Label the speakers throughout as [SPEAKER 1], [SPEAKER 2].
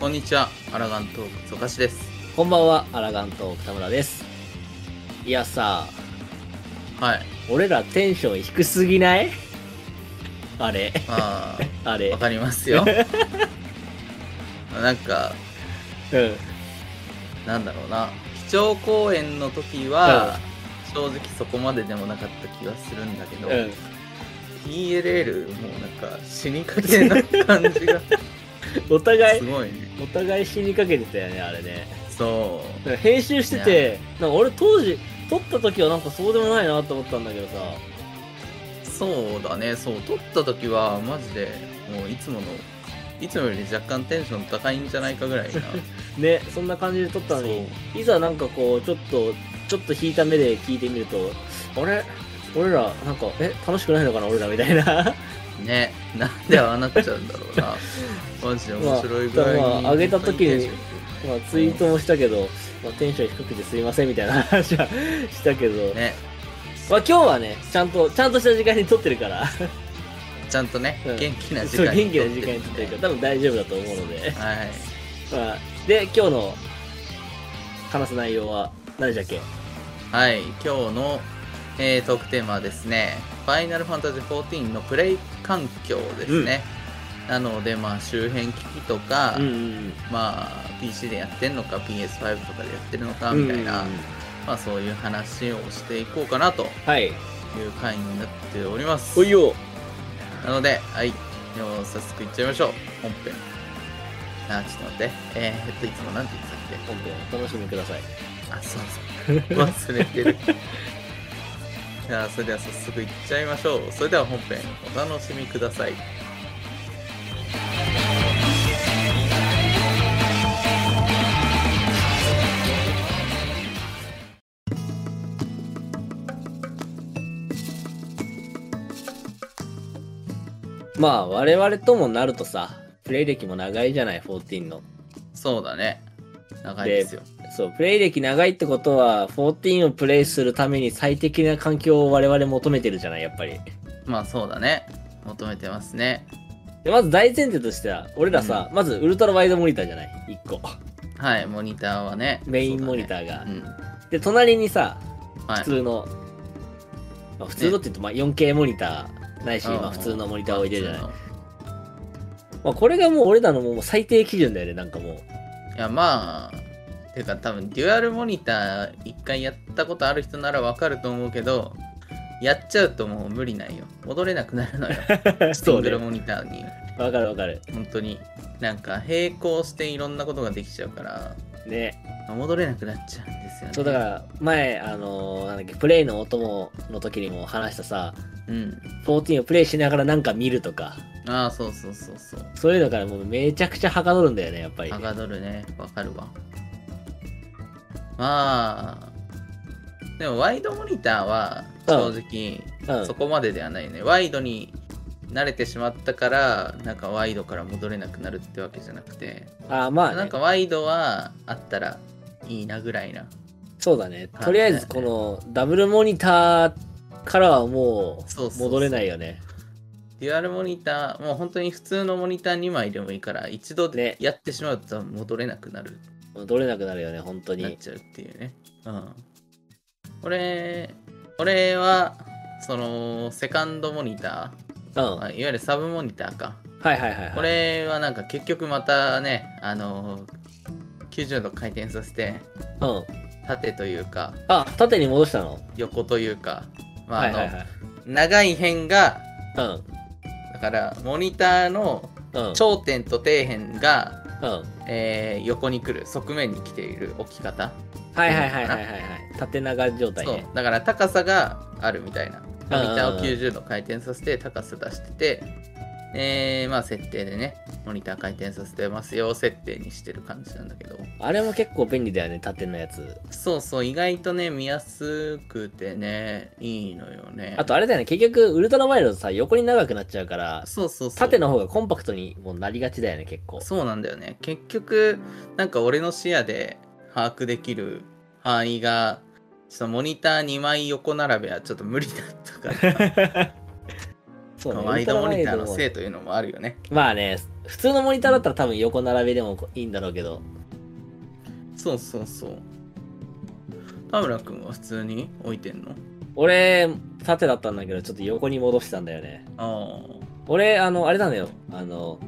[SPEAKER 1] こんにちは、アラガントーク、ソカシです。
[SPEAKER 2] こんばんは、アラガンと田村です。いやさ、
[SPEAKER 1] はい。
[SPEAKER 2] 俺らテンション低すぎないあれ、
[SPEAKER 1] まあ、
[SPEAKER 2] あれ
[SPEAKER 1] わ。かりますよ。 なんか、
[SPEAKER 2] うん。
[SPEAKER 1] なんだろうな。基調講演の時は、正直そこまででもなかった気がするんだけど、
[SPEAKER 2] うん。
[SPEAKER 1] PLL、もうなんか、死にかけな感じ が
[SPEAKER 2] お互い
[SPEAKER 1] す、ごいね。
[SPEAKER 2] お互い死にかけてたよね、あれね。
[SPEAKER 1] そ
[SPEAKER 2] なんか編集してて、なんか俺当時、撮った時はなんかそうでもないなと思ったんだけどさ、
[SPEAKER 1] う。そうだね、そう。撮った時は、マジで、もういつもの、いつもより若干テンション高いんじゃないかぐらいな。
[SPEAKER 2] ね、そんな感じで撮ったのに、いざなんかこう、ちょっと、ちょっと引いた目で聞いてみると、あれ俺ら、なんか、え、楽しくないのかな俺らみたいな。
[SPEAKER 1] ねなんでああなっちゃうんだろうなマジで面白いぐらいに、
[SPEAKER 2] まあまあ上げた時に
[SPEAKER 1] 本当テンシ
[SPEAKER 2] まあ、ツイートもしたけど、まあ、テンション低くてすいませんみたいな 話はしたけど、
[SPEAKER 1] ョンね
[SPEAKER 2] まあ、今日はね、ちゃんと、ちゃんとした時間に撮ってるから、
[SPEAKER 1] ちゃんとね、
[SPEAKER 2] うん
[SPEAKER 1] 元気な時
[SPEAKER 2] そう
[SPEAKER 1] 間
[SPEAKER 2] 元気
[SPEAKER 1] 撮
[SPEAKER 2] な
[SPEAKER 1] って
[SPEAKER 2] 時間に撮ってるから、多分大丈夫だと思うので、
[SPEAKER 1] はい
[SPEAKER 2] まあ、で、今日の話す内容は何でしたっ
[SPEAKER 1] はい今日の、えートークテーマはですね「ファイナルファンタジー14」のプレイ環境ですね、なのでまあ周辺機器とか、
[SPEAKER 2] けうんうん
[SPEAKER 1] まあ PC でやってんのか PS5 とかでやってるのか
[SPEAKER 2] うん。
[SPEAKER 1] みたいな、
[SPEAKER 2] うんうんうん
[SPEAKER 1] まあそういう話をしていこうかなとい
[SPEAKER 2] はい。
[SPEAKER 1] う回になっております
[SPEAKER 2] おいよ。
[SPEAKER 1] なので、はい、では早速いっちゃいましょう。本編。あ、ちょっと待って。えー、えっと、いつもなんて言って
[SPEAKER 2] 本編お楽しみください。
[SPEAKER 1] たっけあ、そうそう。忘 れてる。じゃあ、それでは早速いっちゃいましょう。それでは本編、お楽しみください。
[SPEAKER 2] まあ、我々ともなるとさ、プレイ歴も長いじゃない、14の。
[SPEAKER 1] そうだね。長いですよ。
[SPEAKER 2] そう、プレイ歴長いってことは、14をプレイするために最適な環境を我々求めてるじゃない、やっぱり。
[SPEAKER 1] まあ、そうだね。求めてますね。
[SPEAKER 2] で、まず大前提としては、俺らさ、まずウルトラワイドモニターじゃない ?1 個。
[SPEAKER 1] はい、モニターはね。
[SPEAKER 2] メインモニタ
[SPEAKER 1] ー
[SPEAKER 2] ーが。
[SPEAKER 1] うん。
[SPEAKER 2] で、隣にさ、
[SPEAKER 1] は
[SPEAKER 2] 普
[SPEAKER 1] い。
[SPEAKER 2] 通の、まあ普通のって言うと、まあ 4K モニターないし、
[SPEAKER 1] うん
[SPEAKER 2] まあ普通のモニターを置いてるじゃない。
[SPEAKER 1] 普
[SPEAKER 2] ま
[SPEAKER 1] 通
[SPEAKER 2] あこれがもう俺らのもう最低基準だよね、なんかも
[SPEAKER 1] の
[SPEAKER 2] う。
[SPEAKER 1] いや、まあ、てか多分デュアルモニター一回やったことある人ならわかると思うけどやっちゃうともう無理ないよ戻れなくなる のよシ
[SPEAKER 2] そ
[SPEAKER 1] ング
[SPEAKER 2] うね。
[SPEAKER 1] ル
[SPEAKER 2] わ
[SPEAKER 1] モニターに
[SPEAKER 2] かるわかる。
[SPEAKER 1] 本当になんか並行していろんなことができちゃうから
[SPEAKER 2] ね。
[SPEAKER 1] 戻れなくなっちゃうんですよね
[SPEAKER 2] そうだから、前、あのーなんだっけ、プレイのお供の時にも話したさ、
[SPEAKER 1] うん
[SPEAKER 2] 14をプレイしながらなんか見るとか、
[SPEAKER 1] ああそうそうそうそう
[SPEAKER 2] そういうのからもうめちゃくちゃはかどるんだよね、やっぱり。
[SPEAKER 1] はがどるねわかるわまあでもワイドモニターは正直、
[SPEAKER 2] うん
[SPEAKER 1] そこまでではないね。ワイドに慣れてしまったから、なんかワイドから戻れなくなるってわけじゃなくて、
[SPEAKER 2] ああ、まあ、ね、
[SPEAKER 1] なんかワイドはあったらいいなぐらいな。
[SPEAKER 2] そうだね
[SPEAKER 1] は。い
[SPEAKER 2] とりあえずこのダブルモニターからはも
[SPEAKER 1] そうそう
[SPEAKER 2] う
[SPEAKER 1] そう
[SPEAKER 2] 戻れないよね。
[SPEAKER 1] デュアルモニター、もう本当に普通のモニター2枚でもいいから、一度で
[SPEAKER 2] ね
[SPEAKER 1] やってしまうと戻れなくなる、
[SPEAKER 2] 戻れなくなるよね、本当
[SPEAKER 1] なっ
[SPEAKER 2] に。
[SPEAKER 1] ちゃうっていうね。うん。俺、俺は、その、セカンドモニタ
[SPEAKER 2] うん。
[SPEAKER 1] ー、あ
[SPEAKER 2] はい
[SPEAKER 1] いわゆるサブモニターか。
[SPEAKER 2] はいはいはい。
[SPEAKER 1] これはなんか結局またね、あのー90度回転させて、
[SPEAKER 2] うん。
[SPEAKER 1] 縦というか、
[SPEAKER 2] あ、縦に戻したの。
[SPEAKER 1] 横というか、まあ、
[SPEAKER 2] はい
[SPEAKER 1] あの、
[SPEAKER 2] はいはい。
[SPEAKER 1] 長い辺が、
[SPEAKER 2] うん。
[SPEAKER 1] だから、モニターの
[SPEAKER 2] うん。
[SPEAKER 1] 頂点と底辺が、
[SPEAKER 2] うん。
[SPEAKER 1] えー横に来る、側面に来ている置き方。
[SPEAKER 2] はいはいはいはいはいはい。縦長状態
[SPEAKER 1] そう
[SPEAKER 2] ね。。
[SPEAKER 1] だから、高さがあるみたいな。モニターを
[SPEAKER 2] うんうんうん
[SPEAKER 1] 90度回転させて、高さ出してて、えーまあ、設定でね、モニター回転させてますよ、設定にしてる感じなんだけど。
[SPEAKER 2] あれも結構便利だよね、縦のやつ。
[SPEAKER 1] そうそう、意外とね、見やすくてね、いいのよね。
[SPEAKER 2] あとあれだよね、結局ウルトラワイルドさ、横に長くなっちゃうから、
[SPEAKER 1] そうそうそう。
[SPEAKER 2] 縦の方がコンパクトにもうなりがちだよね、結構。
[SPEAKER 1] そうなんだよね。結局、なんか俺の視野で把握できる範囲が、ちょっとモニター2枚横並べはちょっと無理だったから。
[SPEAKER 2] そうね
[SPEAKER 1] この間モニター
[SPEAKER 2] ウルトラワイド
[SPEAKER 1] の
[SPEAKER 2] も
[SPEAKER 1] せいというのもあるよね。
[SPEAKER 2] まあね、普通のモニターだったら多分横並びでもいいんだろうけど、
[SPEAKER 1] そうそうそう。田村君は普通に置いてんの
[SPEAKER 2] 俺、縦だったんだけど、ちょっと横に戻してたんだよね。
[SPEAKER 1] あ
[SPEAKER 2] 俺、あの、あれなんだよ。あの、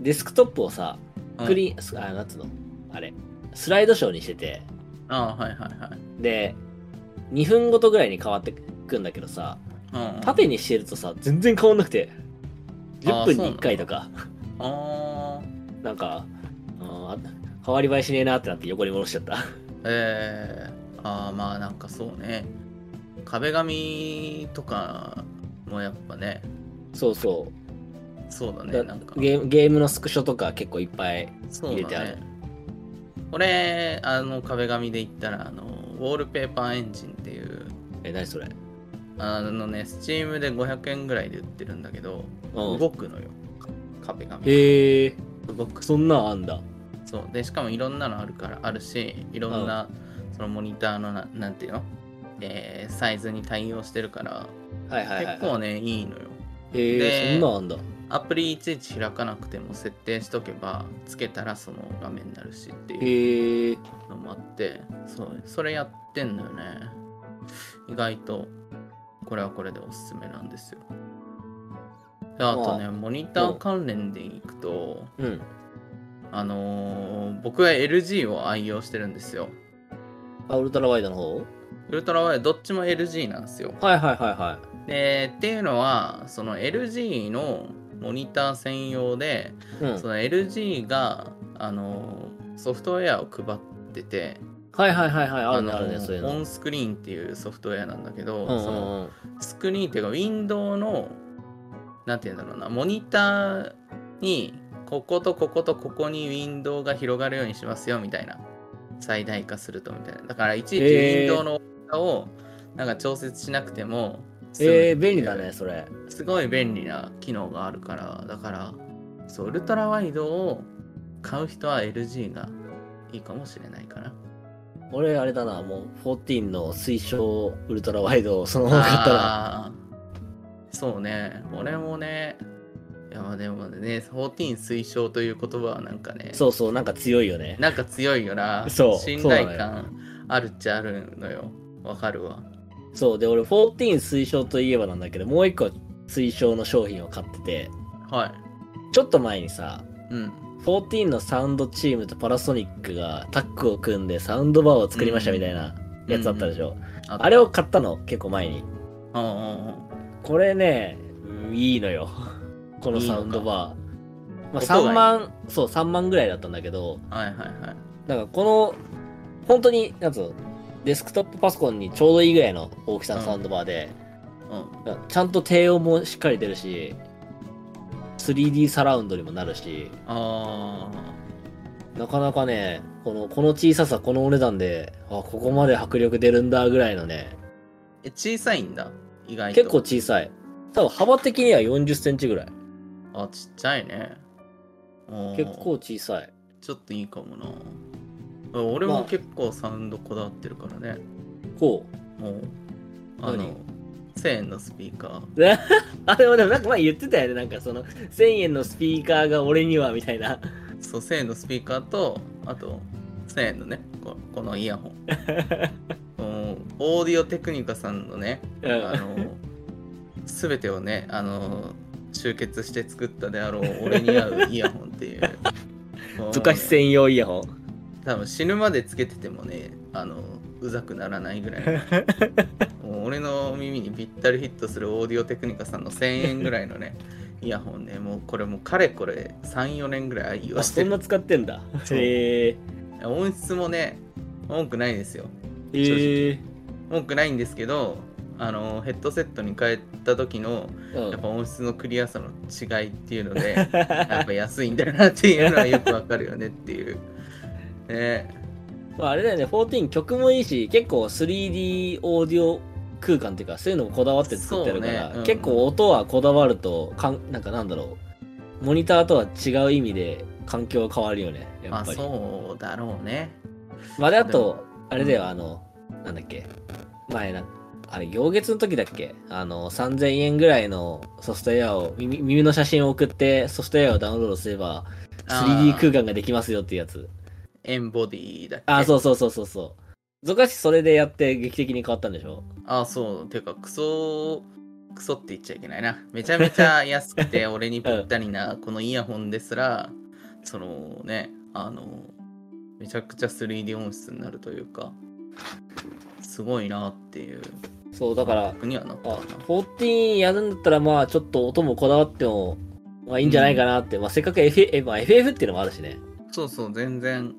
[SPEAKER 2] デスクトップをさ、
[SPEAKER 1] あ。
[SPEAKER 2] スクリーン、すあ、なんつうのあれ、スライドショーにしてて、
[SPEAKER 1] うんああ、はいはい
[SPEAKER 2] で、2分ごとぐらいに変わってくんだけどさ、
[SPEAKER 1] はい。うん、
[SPEAKER 2] 縦にしてるとさ、全然変わんなくて、
[SPEAKER 1] あ
[SPEAKER 2] 10分に1回とか、
[SPEAKER 1] ああ。
[SPEAKER 2] なんか、うんあ変わり映えしねえなってなって横に戻しちゃった。
[SPEAKER 1] えー、ああ、まあなんかそうね。壁紙とかもやっぱね、
[SPEAKER 2] そうそう。
[SPEAKER 1] そうだね、
[SPEAKER 2] だ
[SPEAKER 1] なんか。
[SPEAKER 2] ゲームゲームのスクショとか結構いっぱい
[SPEAKER 1] そう
[SPEAKER 2] 入れてあ
[SPEAKER 1] だ
[SPEAKER 2] る
[SPEAKER 1] ね。俺、あの壁紙で言ったら、あの、ウォールペーパーエンジンっていう、
[SPEAKER 2] え、何それ
[SPEAKER 1] あのね、スチームで500円ぐらいで売ってるんだけど、
[SPEAKER 2] うん。
[SPEAKER 1] 動くのよ、壁紙。
[SPEAKER 2] へえ、
[SPEAKER 1] 動く。
[SPEAKER 2] そんなんあんだ。
[SPEAKER 1] そう。で、しかもいろんなのあるから、あるし、いろんな、そのモニターのな、なんていうのえーサイズに対応してるから、
[SPEAKER 2] はいはいはい、
[SPEAKER 1] 結構ね、いいのよ。
[SPEAKER 2] へえ、
[SPEAKER 1] で
[SPEAKER 2] そんなんあんだ。
[SPEAKER 1] アプリいちいち開かなくても設定しとけばつけたらその画面になるしっていう
[SPEAKER 2] へえ、
[SPEAKER 1] のもあってそうそれやってんのよね意外とこれはこれでおすすめなんですよであとねモニター関連でいくと
[SPEAKER 2] うん。
[SPEAKER 1] あのー僕は LG を愛用してるんですよ
[SPEAKER 2] あ、ウルトラワイドの方
[SPEAKER 1] ウルトラワイドどっちも LG なんですよ
[SPEAKER 2] はいはいはいは
[SPEAKER 1] でっていうのはその LG のモニター専用で
[SPEAKER 2] い。うん。
[SPEAKER 1] その LG があのソフトウェアを配ってて
[SPEAKER 2] はいはいはいはい、あるね
[SPEAKER 1] の
[SPEAKER 2] あるね、そういう
[SPEAKER 1] オ
[SPEAKER 2] の。
[SPEAKER 1] ンスクリーンっていうソフトウェアなんだけど、
[SPEAKER 2] うんう
[SPEAKER 1] その
[SPEAKER 2] んうん。
[SPEAKER 1] スクリーンっていうかウィンドウのなんて言うんだろうなモニターにこことこことここにウィンドウが広がるようにしますよみたいな最大化するとみたいなだからいちいちウ
[SPEAKER 2] へー
[SPEAKER 1] ィンドウの大きさをなんか調節しなくても済むってい
[SPEAKER 2] え
[SPEAKER 1] う
[SPEAKER 2] ー、便利だね、それ。
[SPEAKER 1] すごい便利な機能があるからだからそうウルトラワイドを買う人は LG がいいかもしれないかな
[SPEAKER 2] 俺、あれだな、もう、14の推奨ウルトラワイドをそのまま買ったら。
[SPEAKER 1] あーそうね俺もねいやまあでもね14推奨という言葉はなんかね
[SPEAKER 2] そうそう、なんか強いよね。
[SPEAKER 1] なんか強いよな
[SPEAKER 2] そう
[SPEAKER 1] 信頼感あるっちゃあるのよわかるわ
[SPEAKER 2] そう、で、俺、14推奨といえばなんだけど、もう一個推奨の商品を買ってて、
[SPEAKER 1] はい
[SPEAKER 2] ちょっと前にさ、
[SPEAKER 1] うん
[SPEAKER 2] 14のサウンドチームとパナソニックがタッグを組んでサウンドバーを作りましたみたいなやつあったでしょ。
[SPEAKER 1] あ
[SPEAKER 2] あれを買ったの、結構前に。
[SPEAKER 1] うんうんうん
[SPEAKER 2] これね、うんいいのよ。 このサウンドバー。まあ、
[SPEAKER 1] 音がいい
[SPEAKER 2] 3万、そう、3万ぐらいだったんだけど、
[SPEAKER 1] はいはいはい
[SPEAKER 2] なんかこの、本当に、なんつうの、デスクトップパソコンにちょうどいいぐらいの大きさのサウンドバーで、
[SPEAKER 1] うん
[SPEAKER 2] ちゃんと低音もしっかり出るし、3D サラウンドにもなるし、
[SPEAKER 1] ああ
[SPEAKER 2] なかなかね、この、この小ささ、このお値段で、あ、ここまで迫力出るんだぐらいのね、
[SPEAKER 1] え小さいんだ意外と
[SPEAKER 2] 結構小さい。多分幅的には40センチぐらい。
[SPEAKER 1] あ、ちっちゃいね。あー
[SPEAKER 2] 結構。小さい。
[SPEAKER 1] ちょっといいかもな。あ俺
[SPEAKER 2] まあ
[SPEAKER 1] も結構サウンドこだわってるからね。
[SPEAKER 2] こ
[SPEAKER 1] もう、あ
[SPEAKER 2] 何
[SPEAKER 1] の、1000円のスピーカー。
[SPEAKER 2] う。あ、でもでもなんか前言ってたよね。なんかその、1000円のスピーカーが俺には、みたいな。
[SPEAKER 1] そう、1000円のスピーカーと、あと、1000円のね、ここのイヤホ ン。もうオーディオテクニカさんのね、
[SPEAKER 2] う
[SPEAKER 1] あ
[SPEAKER 2] ん。
[SPEAKER 1] の、すべてをね、あの、集結して作ったであろう、俺に合うイヤホンって いう。もう
[SPEAKER 2] 昔専用イヤホン。
[SPEAKER 1] 多分死ぬまでつけててもねあのうざくならない ぐらいのもう俺の耳にぴったりヒットするオーディオテクニカさんの1000円ぐらいの ねイヤホンねもうこれもうかれこれ34年ぐらい愛用
[SPEAKER 2] あ
[SPEAKER 1] して
[SPEAKER 2] そん
[SPEAKER 1] る
[SPEAKER 2] な使ってんだ。
[SPEAKER 1] そう
[SPEAKER 2] へえ。
[SPEAKER 1] 音質もね文句ないですよ
[SPEAKER 2] へえ。
[SPEAKER 1] 文句ないんですけどあのヘッドセットに変えた時の
[SPEAKER 2] うん
[SPEAKER 1] やっぱ音質のクリアさの違いっていうので やっぱ安いんだなっていうのはよくわかるよねっていうね
[SPEAKER 2] まあ、あれだよね、14曲もいいし、結構 3D オーディオ空間っていうか、そういうのもこだわって作ってるから、
[SPEAKER 1] そうねうん
[SPEAKER 2] 結構音はこだわるとかん、なんかなんだろう、モニターとは違う意味で環境は変わるよね、や
[SPEAKER 1] ま
[SPEAKER 2] っ
[SPEAKER 1] あ
[SPEAKER 2] ぱり。
[SPEAKER 1] そうだろうね
[SPEAKER 2] まあ、で、あ
[SPEAKER 1] で
[SPEAKER 2] と、あれだよ、あの、なんだっけ、前な、あれ、行月の時だっけあの、3000円ぐらいのソフトウェアを、耳耳の写真を送って、ソフトウェアをダウンロードすれば、
[SPEAKER 1] あ
[SPEAKER 2] 3D
[SPEAKER 1] ー
[SPEAKER 2] 空間ができますよっていうやつ。
[SPEAKER 1] エンボディだっけ。
[SPEAKER 2] あー、そううそうそうそうそう。ゾカシそれでやって劇的に変わったんでしょ
[SPEAKER 1] あーそう。てか、クソ、クソって言っちゃいけないな。めちゃめちゃ安く て、俺にぴったりな、このイヤホンですら、そのね、あの、めちゃくちゃ 3D 音質になるというか、すごいなっていう、
[SPEAKER 2] そう、だから、
[SPEAKER 1] にはなった
[SPEAKER 2] あ
[SPEAKER 1] かな。
[SPEAKER 2] 14やるんだったら、まあ、ちょっと音もこだわっても、まあいいんじゃないかなって、まあ、せっかく FF、えまあ、FF っていうのもあるしね。
[SPEAKER 1] そうそう、全然、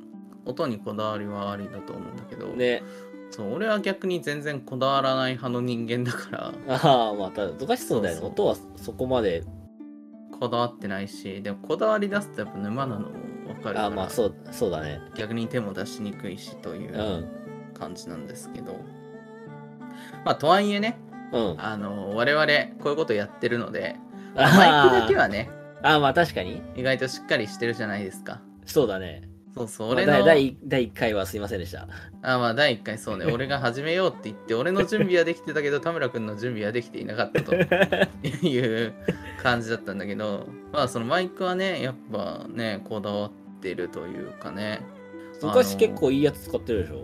[SPEAKER 1] 音にこだわりはありだと思うんだけど、
[SPEAKER 2] ね。
[SPEAKER 1] そう俺は逆に全然こだわらない派の人間だから、
[SPEAKER 2] ああ、まあ、ただ、ゾカシそうだよね。
[SPEAKER 1] そうそう
[SPEAKER 2] 音はそこまで、
[SPEAKER 1] こだわってないし、でもこだわり出すとやっぱ沼なの分かるから、
[SPEAKER 2] あーまあ、そう、そうだね。。
[SPEAKER 1] 逆に手も出しにくいしといううん感じなんですけど、まあとはいえね、
[SPEAKER 2] うん。
[SPEAKER 1] あの我々こういうことやってるので、
[SPEAKER 2] あー
[SPEAKER 1] マイクだけはね、
[SPEAKER 2] あーまあ確かに
[SPEAKER 1] 意外としっかりしてるじゃないですか。
[SPEAKER 2] そうだね
[SPEAKER 1] そうそう、
[SPEAKER 2] まあ
[SPEAKER 1] 俺の、
[SPEAKER 2] 第第1回はすいませんでした
[SPEAKER 1] あまあ第1回そう ね、俺が始めようって言って、俺の準備はできてたけど、田村君の準備はできていなかった という感じだったんだけど、まあそのマイクはね、やっぱね、こだわってるというかね、
[SPEAKER 2] 昔結構いいやつ使ってるでしょ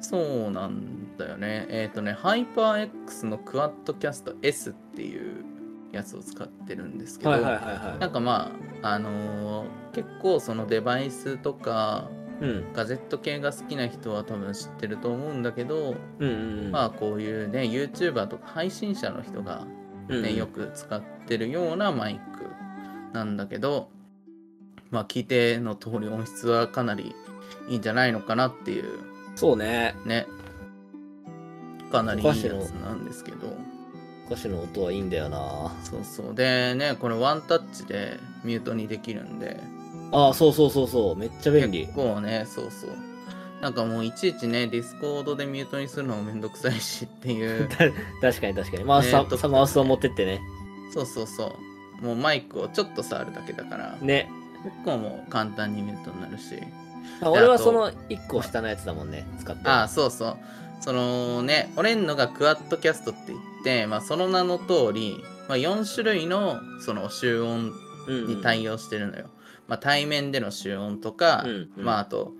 [SPEAKER 1] そうなんだよね。えっ、とね、ハイパー X のクワッドキャスト S っていうやつを使ってるんですけど、
[SPEAKER 2] はいはいはいは
[SPEAKER 1] なんかまあ、あのー結構そのデバイスとか、
[SPEAKER 2] いうん
[SPEAKER 1] ガジェット系が好きな人は多分知ってると思うんだけど、
[SPEAKER 2] うんうんうん
[SPEAKER 1] まあこういうね YouTuber とか配信者の人が、ね
[SPEAKER 2] うんうん
[SPEAKER 1] よく使ってるようなマイクなんだけどまあ聞いての通り音質はかなりいいんじゃないのかなっていう
[SPEAKER 2] そうね
[SPEAKER 1] ねかなりいいやつなんですけど
[SPEAKER 2] 昔の音はいいんだよな
[SPEAKER 1] そうそうでねこれワンタッチでミュートにできるんで
[SPEAKER 2] ああそうそうそうそうめっちゃ便利
[SPEAKER 1] 結構ねそうそうなんかもういちいちねディスコードでミュートにするのもめんどくさいしっていう
[SPEAKER 2] 確かに確かにまあ
[SPEAKER 1] ね
[SPEAKER 2] さ
[SPEAKER 1] と
[SPEAKER 2] さマウスを持ってってね
[SPEAKER 1] そうそうそう。もうマイクをちょっと触るだけだから、
[SPEAKER 2] ね
[SPEAKER 1] 結構もう簡単にミュートになるし。
[SPEAKER 2] まあ
[SPEAKER 1] で
[SPEAKER 2] 俺は
[SPEAKER 1] あと
[SPEAKER 2] その1個下のやつだもんね使ってる
[SPEAKER 1] ああ、そうそう。そのね、俺んのがクワッドキャストって言って、まあ、その名の通り、まあ、4種類のその集音
[SPEAKER 2] うんうん
[SPEAKER 1] に対応してるのよ。まあ、対面での集音とか、
[SPEAKER 2] うんうん
[SPEAKER 1] まあ、あと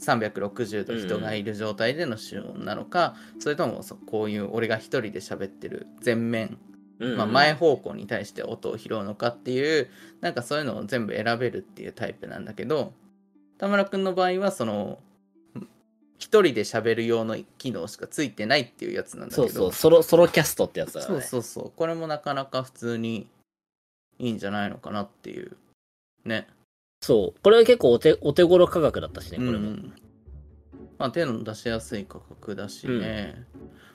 [SPEAKER 1] 360度人がいる状態での集音なのか、それともそうこういう俺が一人で喋ってる全面
[SPEAKER 2] うんうん
[SPEAKER 1] まあ、前方向に対して音を拾うのかっていうなんかそういうのを全部選べるっていうタイプなんだけど田村くんの場合はそのん一人で喋る用の機能しかついてないっていうやつなんだけ
[SPEAKER 2] そ
[SPEAKER 1] ど
[SPEAKER 2] うそうソロソロキャストってやつだか
[SPEAKER 1] そ
[SPEAKER 2] ら
[SPEAKER 1] う
[SPEAKER 2] ね
[SPEAKER 1] そうそうこれもなかなか普通にいいんじゃないのかなっていうね
[SPEAKER 2] そうこれは結構お手お手頃価格だったしねこ
[SPEAKER 1] う
[SPEAKER 2] れ
[SPEAKER 1] んう
[SPEAKER 2] も
[SPEAKER 1] んまあ手の出しやすい価格だしね、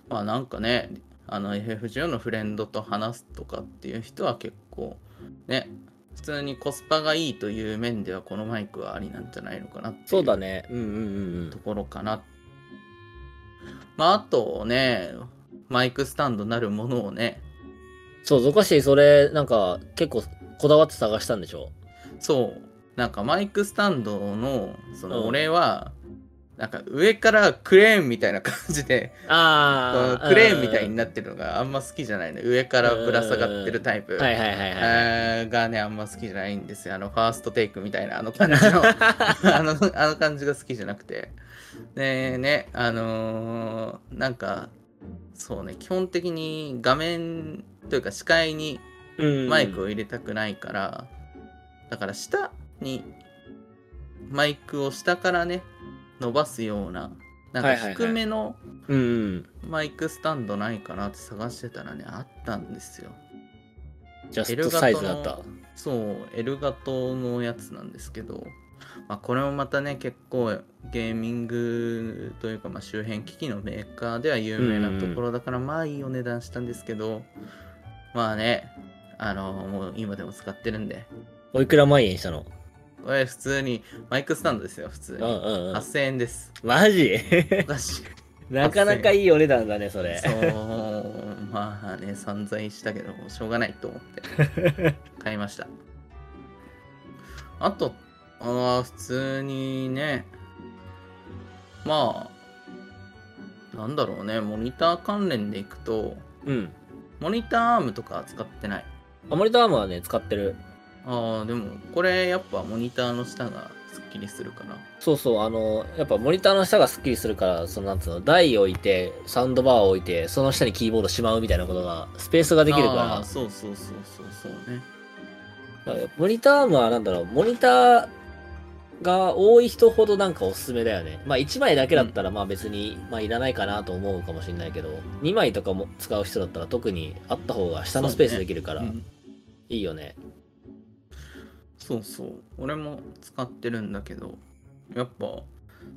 [SPEAKER 1] まあなんかねあの FF14 のフレンドと話すとかっていう人は結構ね普通にコスパがいいという面ではこのマイクはありなんじゃないのかなっていう
[SPEAKER 2] そうだねうんうんうんうん
[SPEAKER 1] ところかなまああとねマイクスタンドなるものをね
[SPEAKER 2] そう、ゾカシそれ、なんか、結構、こだわって探したんでしょ
[SPEAKER 1] そうなんかマイクスタンドのその
[SPEAKER 2] うん
[SPEAKER 1] 俺はなんか上からクレーンみたいな感じで
[SPEAKER 2] あ
[SPEAKER 1] クレーンみたいになってるのがあんま好きじゃないの上からぶら下がってるタイプ、
[SPEAKER 2] はいはいはいはい。
[SPEAKER 1] えーがねあんま好きじゃないんですよあのファーストテイクみたいなあの感じ のあのあの感じが好きじゃなくてでねあのーなんかそうね基本的に画面というか視界に
[SPEAKER 2] うん
[SPEAKER 1] マイクを入れたくないから、だから下にマイクを下からね伸ばすようななんか
[SPEAKER 2] はいはいはい
[SPEAKER 1] 低めの、
[SPEAKER 2] うんうん。
[SPEAKER 1] マイクスタンドないかなって探してたらねあったんですよ
[SPEAKER 2] ジャストサイズだった。
[SPEAKER 1] そうエルガトのやつなんですけど、まあ、これもまたね結構ゲーミングというか、まあ、周辺機器のメーカーでは有名なところだから、まあいいお値段したんですけどまあねあのもう今でも使ってるんで
[SPEAKER 2] おいくら万円したの
[SPEAKER 1] これ普通にマイクスタンドですよ普通
[SPEAKER 2] うんう
[SPEAKER 1] に
[SPEAKER 2] んうん。
[SPEAKER 1] 8000円 です
[SPEAKER 2] マジ
[SPEAKER 1] おかしい
[SPEAKER 2] なかなかいいお値段だね、それ
[SPEAKER 1] そ。うまあね散財したけどしょうがないと思って 買いましたあとあー普通にねまあなんだろうねモニター関連でいくと
[SPEAKER 2] うん。
[SPEAKER 1] モニターアームとか使ってない
[SPEAKER 2] あモニターアームはね、使ってる。
[SPEAKER 1] あーでもこれやっぱモニターの下がすっきりするから
[SPEAKER 2] そうそう、あの、やっぱモニターの下がスッキリするから、そのなんつうの、台置いて、サウンドバーを置いて、その下にキーボードしまうみたいなことが、スペースができる
[SPEAKER 1] あー
[SPEAKER 2] か
[SPEAKER 1] そうそうそうそうそうね
[SPEAKER 2] ら、モニターアームはなんだろう、モニターが多い人ほどなんかおすすめだよね。まあ1枚だけだったら、まあ別に、まあいらないかなと思うかもしれないけど、2枚とかも使う人だったら特にあった方が下のスペースできるから
[SPEAKER 1] う、ん
[SPEAKER 2] いいよね。
[SPEAKER 1] そうそう俺も使ってるんだけどやっぱ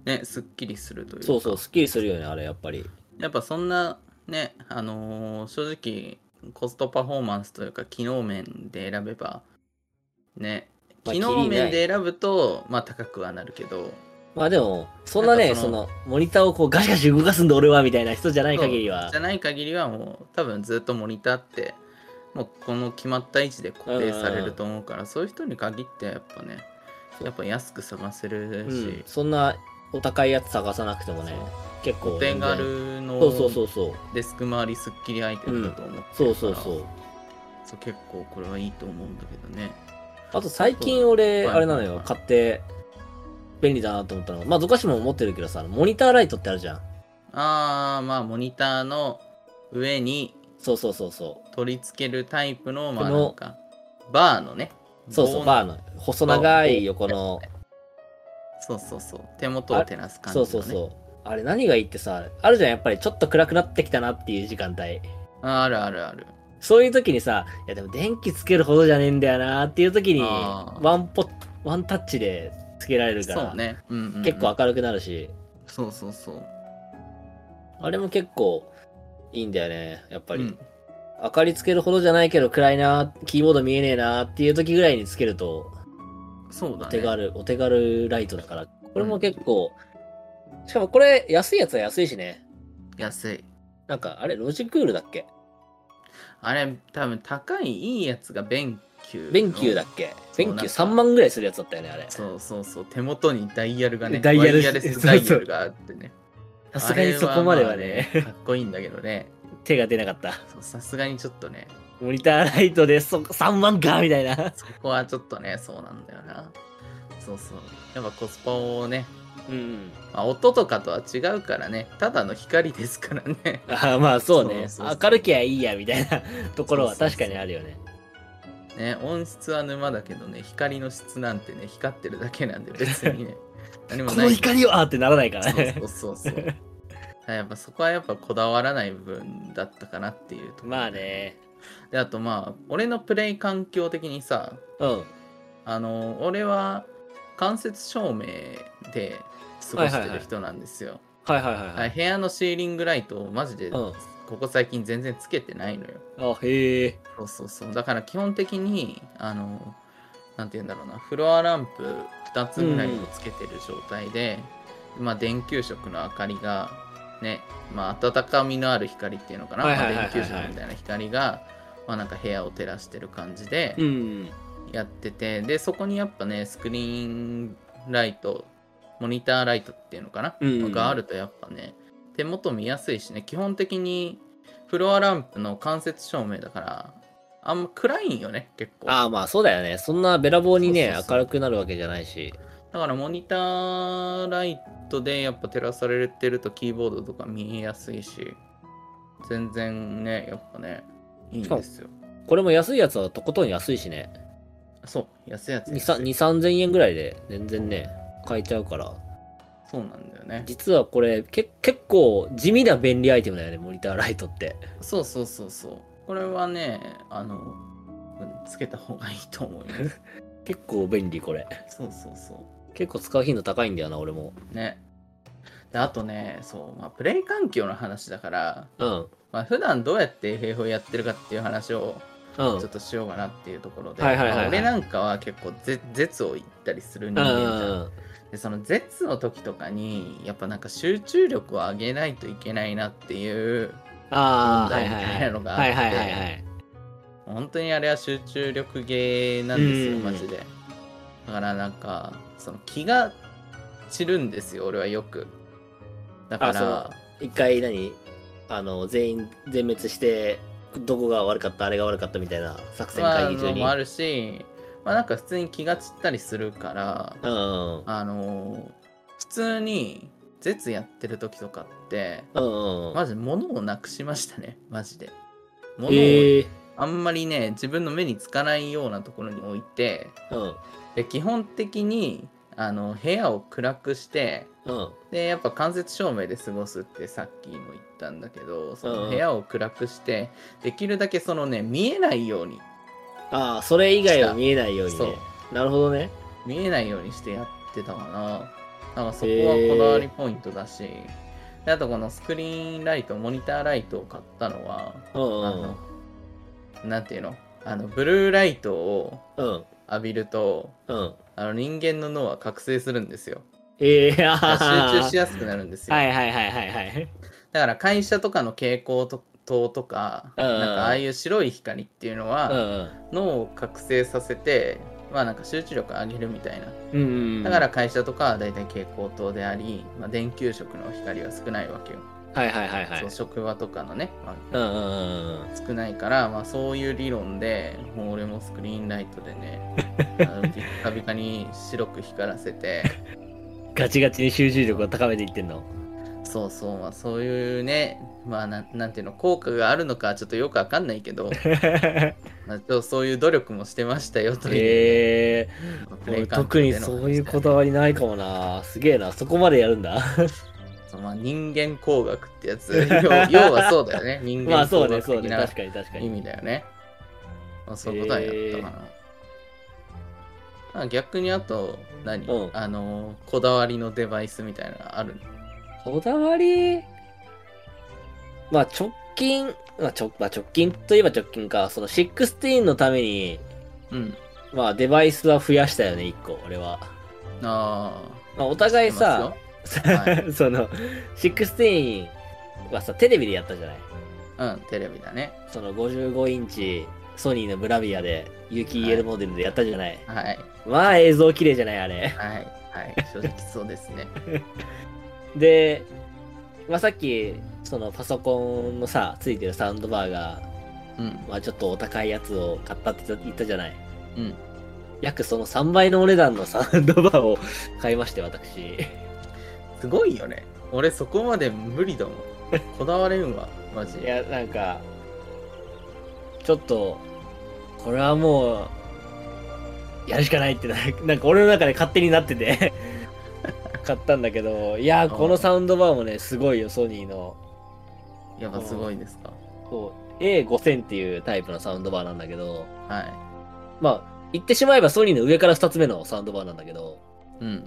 [SPEAKER 1] ねすっきりするというか
[SPEAKER 2] そうそう、スッキリするよね、あれ、やっぱり。
[SPEAKER 1] やっぱそんなねあのー正直コストパフォーマンスというか機能面で選べばね
[SPEAKER 2] まあ
[SPEAKER 1] 機能面で選ぶとまあ高くはなるけど
[SPEAKER 2] まあでも、そんなね、
[SPEAKER 1] なんか
[SPEAKER 2] そ
[SPEAKER 1] そ
[SPEAKER 2] の
[SPEAKER 1] の、
[SPEAKER 2] モニターをこうガシガシ動かすんだ俺は、みたいな人じゃない限りは
[SPEAKER 1] じゃ。ない限りはもう多分ずっとモニターってもうこの決まった位置で固定されると思うからそういう人に限ってやっぱねやっぱ安く探せる
[SPEAKER 2] う
[SPEAKER 1] し
[SPEAKER 2] ん、そんなお高いやつ探さなくてもね
[SPEAKER 1] そう
[SPEAKER 2] 結構
[SPEAKER 1] お手軽の
[SPEAKER 2] そうそうそうそう
[SPEAKER 1] デスク周りすっきりアイテムだと思ってるから
[SPEAKER 2] そうそうそう
[SPEAKER 1] そう結構これはいいと思うんだけどね
[SPEAKER 2] あと最近俺
[SPEAKER 1] そう
[SPEAKER 2] あれなの
[SPEAKER 1] はい
[SPEAKER 2] よ
[SPEAKER 1] はい
[SPEAKER 2] 買って便利だなと思ったのがまあゾカシも持ってるけどさモニターライトってあるじゃん
[SPEAKER 1] ああまあモニターの上に
[SPEAKER 2] そうそうそうそ
[SPEAKER 1] 取り付けるタイプのまあ
[SPEAKER 2] この
[SPEAKER 1] なんかバーのね
[SPEAKER 2] うそうそう
[SPEAKER 1] 棒
[SPEAKER 2] バーの細長い横の
[SPEAKER 1] そうそうそう手元を照らす感じ
[SPEAKER 2] そ
[SPEAKER 1] の、
[SPEAKER 2] う
[SPEAKER 1] ね、
[SPEAKER 2] そうそうあれ何がいいってさあるじゃんやっぱりちょっと暗くなってきたなっていう時間帯
[SPEAKER 1] ああるあるある
[SPEAKER 2] そういう時にさ、いやでも電気つけるほどじゃねえんだよなっていう時に、
[SPEAKER 1] あー
[SPEAKER 2] ワンポワンタッチでつけられるから、
[SPEAKER 1] そうね、うんうんうん
[SPEAKER 2] 結構明るくなるし、
[SPEAKER 1] そうそうそうやっ
[SPEAKER 2] あれも結構いいんだよね、やっぱり。
[SPEAKER 1] うん、
[SPEAKER 2] 明かりつけるほどじゃないけど暗いな、キーボード見えねえなっていう時ぐらいにつけると、
[SPEAKER 1] そう
[SPEAKER 2] お
[SPEAKER 1] だね
[SPEAKER 2] 手軽、お手軽ライトだから、これも結構、しかもこれ安いやつは安いしね。
[SPEAKER 1] 安い
[SPEAKER 2] なんか、あれ、ロジクールだっけ
[SPEAKER 1] あれ多分高いいいやつが弁球
[SPEAKER 2] ベンキューだっけベンキュー3万ぐらいするやつだったよね、あれ。
[SPEAKER 1] そうそうそう手元にダイヤルがね
[SPEAKER 2] ダイヤル
[SPEAKER 1] ワイヤレスダイヤルがあってね
[SPEAKER 2] さすがにそこまではね、
[SPEAKER 1] あれはまあかっこいいんだけどね
[SPEAKER 2] 手が出なかった。
[SPEAKER 1] そうさすがにちょっとね
[SPEAKER 2] モニターライトでそ3万かみたいな。
[SPEAKER 1] そこはちょっとねそうなんだよなそうそうやっぱコスパをね、
[SPEAKER 2] うん。
[SPEAKER 1] まあ、音とかとは違うからねただの光ですからね
[SPEAKER 2] あまあそうね
[SPEAKER 1] そうそうそう
[SPEAKER 2] 明るきゃいいやみたいなところは
[SPEAKER 1] そうそ
[SPEAKER 2] 確
[SPEAKER 1] うそう
[SPEAKER 2] かにあるよね。
[SPEAKER 1] ね音質は沼だけどね光の質なんてね光ってるだけなんで別に ね何も
[SPEAKER 2] こ
[SPEAKER 1] な
[SPEAKER 2] の
[SPEAKER 1] い
[SPEAKER 2] 光はってならないからね。
[SPEAKER 1] そうそうそうそうやっぱそこはやっぱこだわらない部分だったかなっていうところ
[SPEAKER 2] まあね。
[SPEAKER 1] であとまあ俺のプレイ環境的にさ
[SPEAKER 2] うん。
[SPEAKER 1] あの俺は間接照明で過ごしてる人なんですよ、
[SPEAKER 2] はいはいはいは
[SPEAKER 1] はい
[SPEAKER 2] い。
[SPEAKER 1] 部屋のシーリングライトをマジで、
[SPEAKER 2] うん
[SPEAKER 1] ここ最近全然つけてないのよ
[SPEAKER 2] あへえ。
[SPEAKER 1] そうそうそうだから基本的にあのなんて言うんだろうなフロアランプ2つぐらいをつけてる状態で、まあ電球色の明かりがねまあ温かみのある光っていうのかな、
[SPEAKER 2] はいはいはいはい
[SPEAKER 1] まあ電球色みたいな光がまあなんか部屋を照らしてる感じで
[SPEAKER 2] うん。
[SPEAKER 1] やってて、でそこにやっぱねスクリーンライトモニターライトっていうのかな、
[SPEAKER 2] うん
[SPEAKER 1] があるとやっぱね手元見やすいしね基本的にフロアランプの間接照明だからあんま暗いんよね結構だ
[SPEAKER 2] ああまあそうだよね。そんなべらぼうにね
[SPEAKER 1] そうそうそう
[SPEAKER 2] 明るくなるわけじゃないし。
[SPEAKER 1] からモニターライトでやっぱ照らされてるとキーボードとか見えやすいし全然ねやっぱねいいんですよ
[SPEAKER 2] これも安いやつはとことん安いしね。
[SPEAKER 1] そう安いやつ
[SPEAKER 2] 2、
[SPEAKER 1] 安
[SPEAKER 2] 3
[SPEAKER 1] い
[SPEAKER 2] 3000円ぐらいで全然ね、買えちゃうから。
[SPEAKER 1] そうなんだよね
[SPEAKER 2] 実はこれけ結構地味な便利アイテムだよね、モニターライトって。
[SPEAKER 1] そうそうそうそう。これはね、あの、うんつけた方がいいと思い ます。
[SPEAKER 2] 結構便利これ。
[SPEAKER 1] そうそうそ
[SPEAKER 2] 結構使う頻度高いんだよな、俺も。
[SPEAKER 1] う。ね。であとね、そう、まあ、プレイ環境の話だから、
[SPEAKER 2] うん。
[SPEAKER 1] まあ、普段どうやって併合やってるかっていう話を
[SPEAKER 2] う
[SPEAKER 1] ちょ
[SPEAKER 2] ん
[SPEAKER 1] っ。としようかなっていうところで、
[SPEAKER 2] はいはいはいは
[SPEAKER 1] ま
[SPEAKER 2] い
[SPEAKER 1] あ俺なんかは結構ぜ絶を言ったりする人
[SPEAKER 2] うんう
[SPEAKER 1] 間じゃん
[SPEAKER 2] んうん
[SPEAKER 1] でその絶の時とかにやっぱなんか集中力を上げないといけないなっていう
[SPEAKER 2] ああ、
[SPEAKER 1] 問
[SPEAKER 2] は
[SPEAKER 1] 題
[SPEAKER 2] い
[SPEAKER 1] み
[SPEAKER 2] はい
[SPEAKER 1] たい
[SPEAKER 2] は。
[SPEAKER 1] ないのがあっ
[SPEAKER 2] は
[SPEAKER 1] て
[SPEAKER 2] いはいはいはい。
[SPEAKER 1] 本当にあれは集中力ゲーなんですよ、
[SPEAKER 2] うん
[SPEAKER 1] マジで。だからなんか、その気が散るんですよ、俺はよく。だか
[SPEAKER 2] あ
[SPEAKER 1] ら、
[SPEAKER 2] 一回何あの全員全滅してどこが悪かったあれが悪かったみたいな作戦
[SPEAKER 1] まあ、
[SPEAKER 2] 会議中
[SPEAKER 1] の
[SPEAKER 2] に、
[SPEAKER 1] もあるし、まあ、なんか普通に気が散ったりするから、
[SPEAKER 2] うんうん
[SPEAKER 1] あの普通に絶やってる時とかって、
[SPEAKER 2] うんうん
[SPEAKER 1] マジ物をなくしましたね、マジで。物を、
[SPEAKER 2] ええ
[SPEAKER 1] あんまりね、自分の目につかないようなところに置いて、
[SPEAKER 2] うん
[SPEAKER 1] で基本的にあの部屋を暗くして、
[SPEAKER 2] うん
[SPEAKER 1] でやっぱ間接照明で過ごすってさっきも言ったんだけどそ
[SPEAKER 2] うん
[SPEAKER 1] の部屋を暗くしてできるだけそのね見えないように
[SPEAKER 2] ああそれ以外は見えないように
[SPEAKER 1] そう
[SPEAKER 2] ねなるほどね
[SPEAKER 1] 見えないようにしてやってたかななんかそこはこだわりポイントだし、であとこのスクリーンライトモニターライトを買ったのは、
[SPEAKER 2] うんう
[SPEAKER 1] あ
[SPEAKER 2] ん
[SPEAKER 1] のなんていうのあのブルーライトを
[SPEAKER 2] うん
[SPEAKER 1] 浴びると
[SPEAKER 2] うん
[SPEAKER 1] あの人間の脳は覚醒するん ですよ
[SPEAKER 2] ええあ
[SPEAKER 1] だから集中し
[SPEAKER 2] や
[SPEAKER 1] やすくなるんですよ、
[SPEAKER 2] はいはいはいはいはい
[SPEAKER 1] だから会社とかの蛍光灯とか、
[SPEAKER 2] うんうんうん
[SPEAKER 1] なんかああいう白い光っていうの
[SPEAKER 2] う
[SPEAKER 1] は、
[SPEAKER 2] ん
[SPEAKER 1] 脳を覚醒させて、まあなんか集中力上げるみたいな。
[SPEAKER 2] うんうんうん
[SPEAKER 1] だから会社とかは大体蛍光灯であり、まあ、電球色の光は少ないわけよ。
[SPEAKER 2] はいはいはいはい
[SPEAKER 1] そう職場とかのね、ま
[SPEAKER 2] うんうんうんうん
[SPEAKER 1] あ少ないから、まあそういう理論で、もう俺もスクリーンライトでね、 あのビッカビカに白く光らせて、
[SPEAKER 2] ガチガチに集中力を高めていって んの
[SPEAKER 1] そうそう、まあそういうね、まあなんなんていうの、効果があるのかちょっとよくわかんないけど、まあ、ちょそういう努力もしてましたよという、
[SPEAKER 2] え
[SPEAKER 1] まあプレ
[SPEAKER 2] え
[SPEAKER 1] イ感
[SPEAKER 2] 特にそういうこだわりないかもなすげえなそこまでやるんだ
[SPEAKER 1] そうまあ、人間工学ってやつ 要要はそうだよね人
[SPEAKER 2] まあ
[SPEAKER 1] 間
[SPEAKER 2] そ
[SPEAKER 1] 工
[SPEAKER 2] うねそう
[SPEAKER 1] 学
[SPEAKER 2] ね
[SPEAKER 1] 的な
[SPEAKER 2] 確かに確か
[SPEAKER 1] 意
[SPEAKER 2] に
[SPEAKER 1] 味だよね、まあ、そういうことはやったかな、まあ、逆にあと何、
[SPEAKER 2] うん
[SPEAKER 1] あのこだわりのデバイスみたいなのある
[SPEAKER 2] こだわりまあ直近、まあちょまあ、直近といえば直近かその16のために
[SPEAKER 1] うん
[SPEAKER 2] まあデバイスは増やしたよね1個俺は、
[SPEAKER 1] ああ
[SPEAKER 2] まあ、お互いさ、
[SPEAKER 1] 知ってますよ はい
[SPEAKER 2] その16はさテレビでやったじゃない
[SPEAKER 1] うんテレビだね
[SPEAKER 2] その55インチソニーのブラビアで有機 EL モデルでやったじゃない、
[SPEAKER 1] はい
[SPEAKER 2] まあ映像綺麗じゃないあれ。
[SPEAKER 1] はいはい正直そうですね
[SPEAKER 2] で、まあさっき、そのパソコンのさ、ついてるサウンドバーが、
[SPEAKER 1] うん
[SPEAKER 2] まあちょっとお高いやつを買ったって言ったじゃない。
[SPEAKER 1] うん
[SPEAKER 2] 約その3倍のお値段のサウンドバーを買いまして、私。
[SPEAKER 1] すごいよね俺そこまで無理だも んこだわれんわマジ
[SPEAKER 2] いや、なんか、ちょっと、これはもう、やるしかないって な、なんか俺の中で勝手になってて、 買ったんだけど、いやー、このサウンドバーもね、すごいよ、ソニーの。
[SPEAKER 1] やっぱすごいですか
[SPEAKER 2] そう A5000 っていうタイプのサウンドバーなんだけど、
[SPEAKER 1] は
[SPEAKER 2] まあ、言ってしまえばソニーの上から2つ目のサウンドバーなんだけど、
[SPEAKER 1] いうん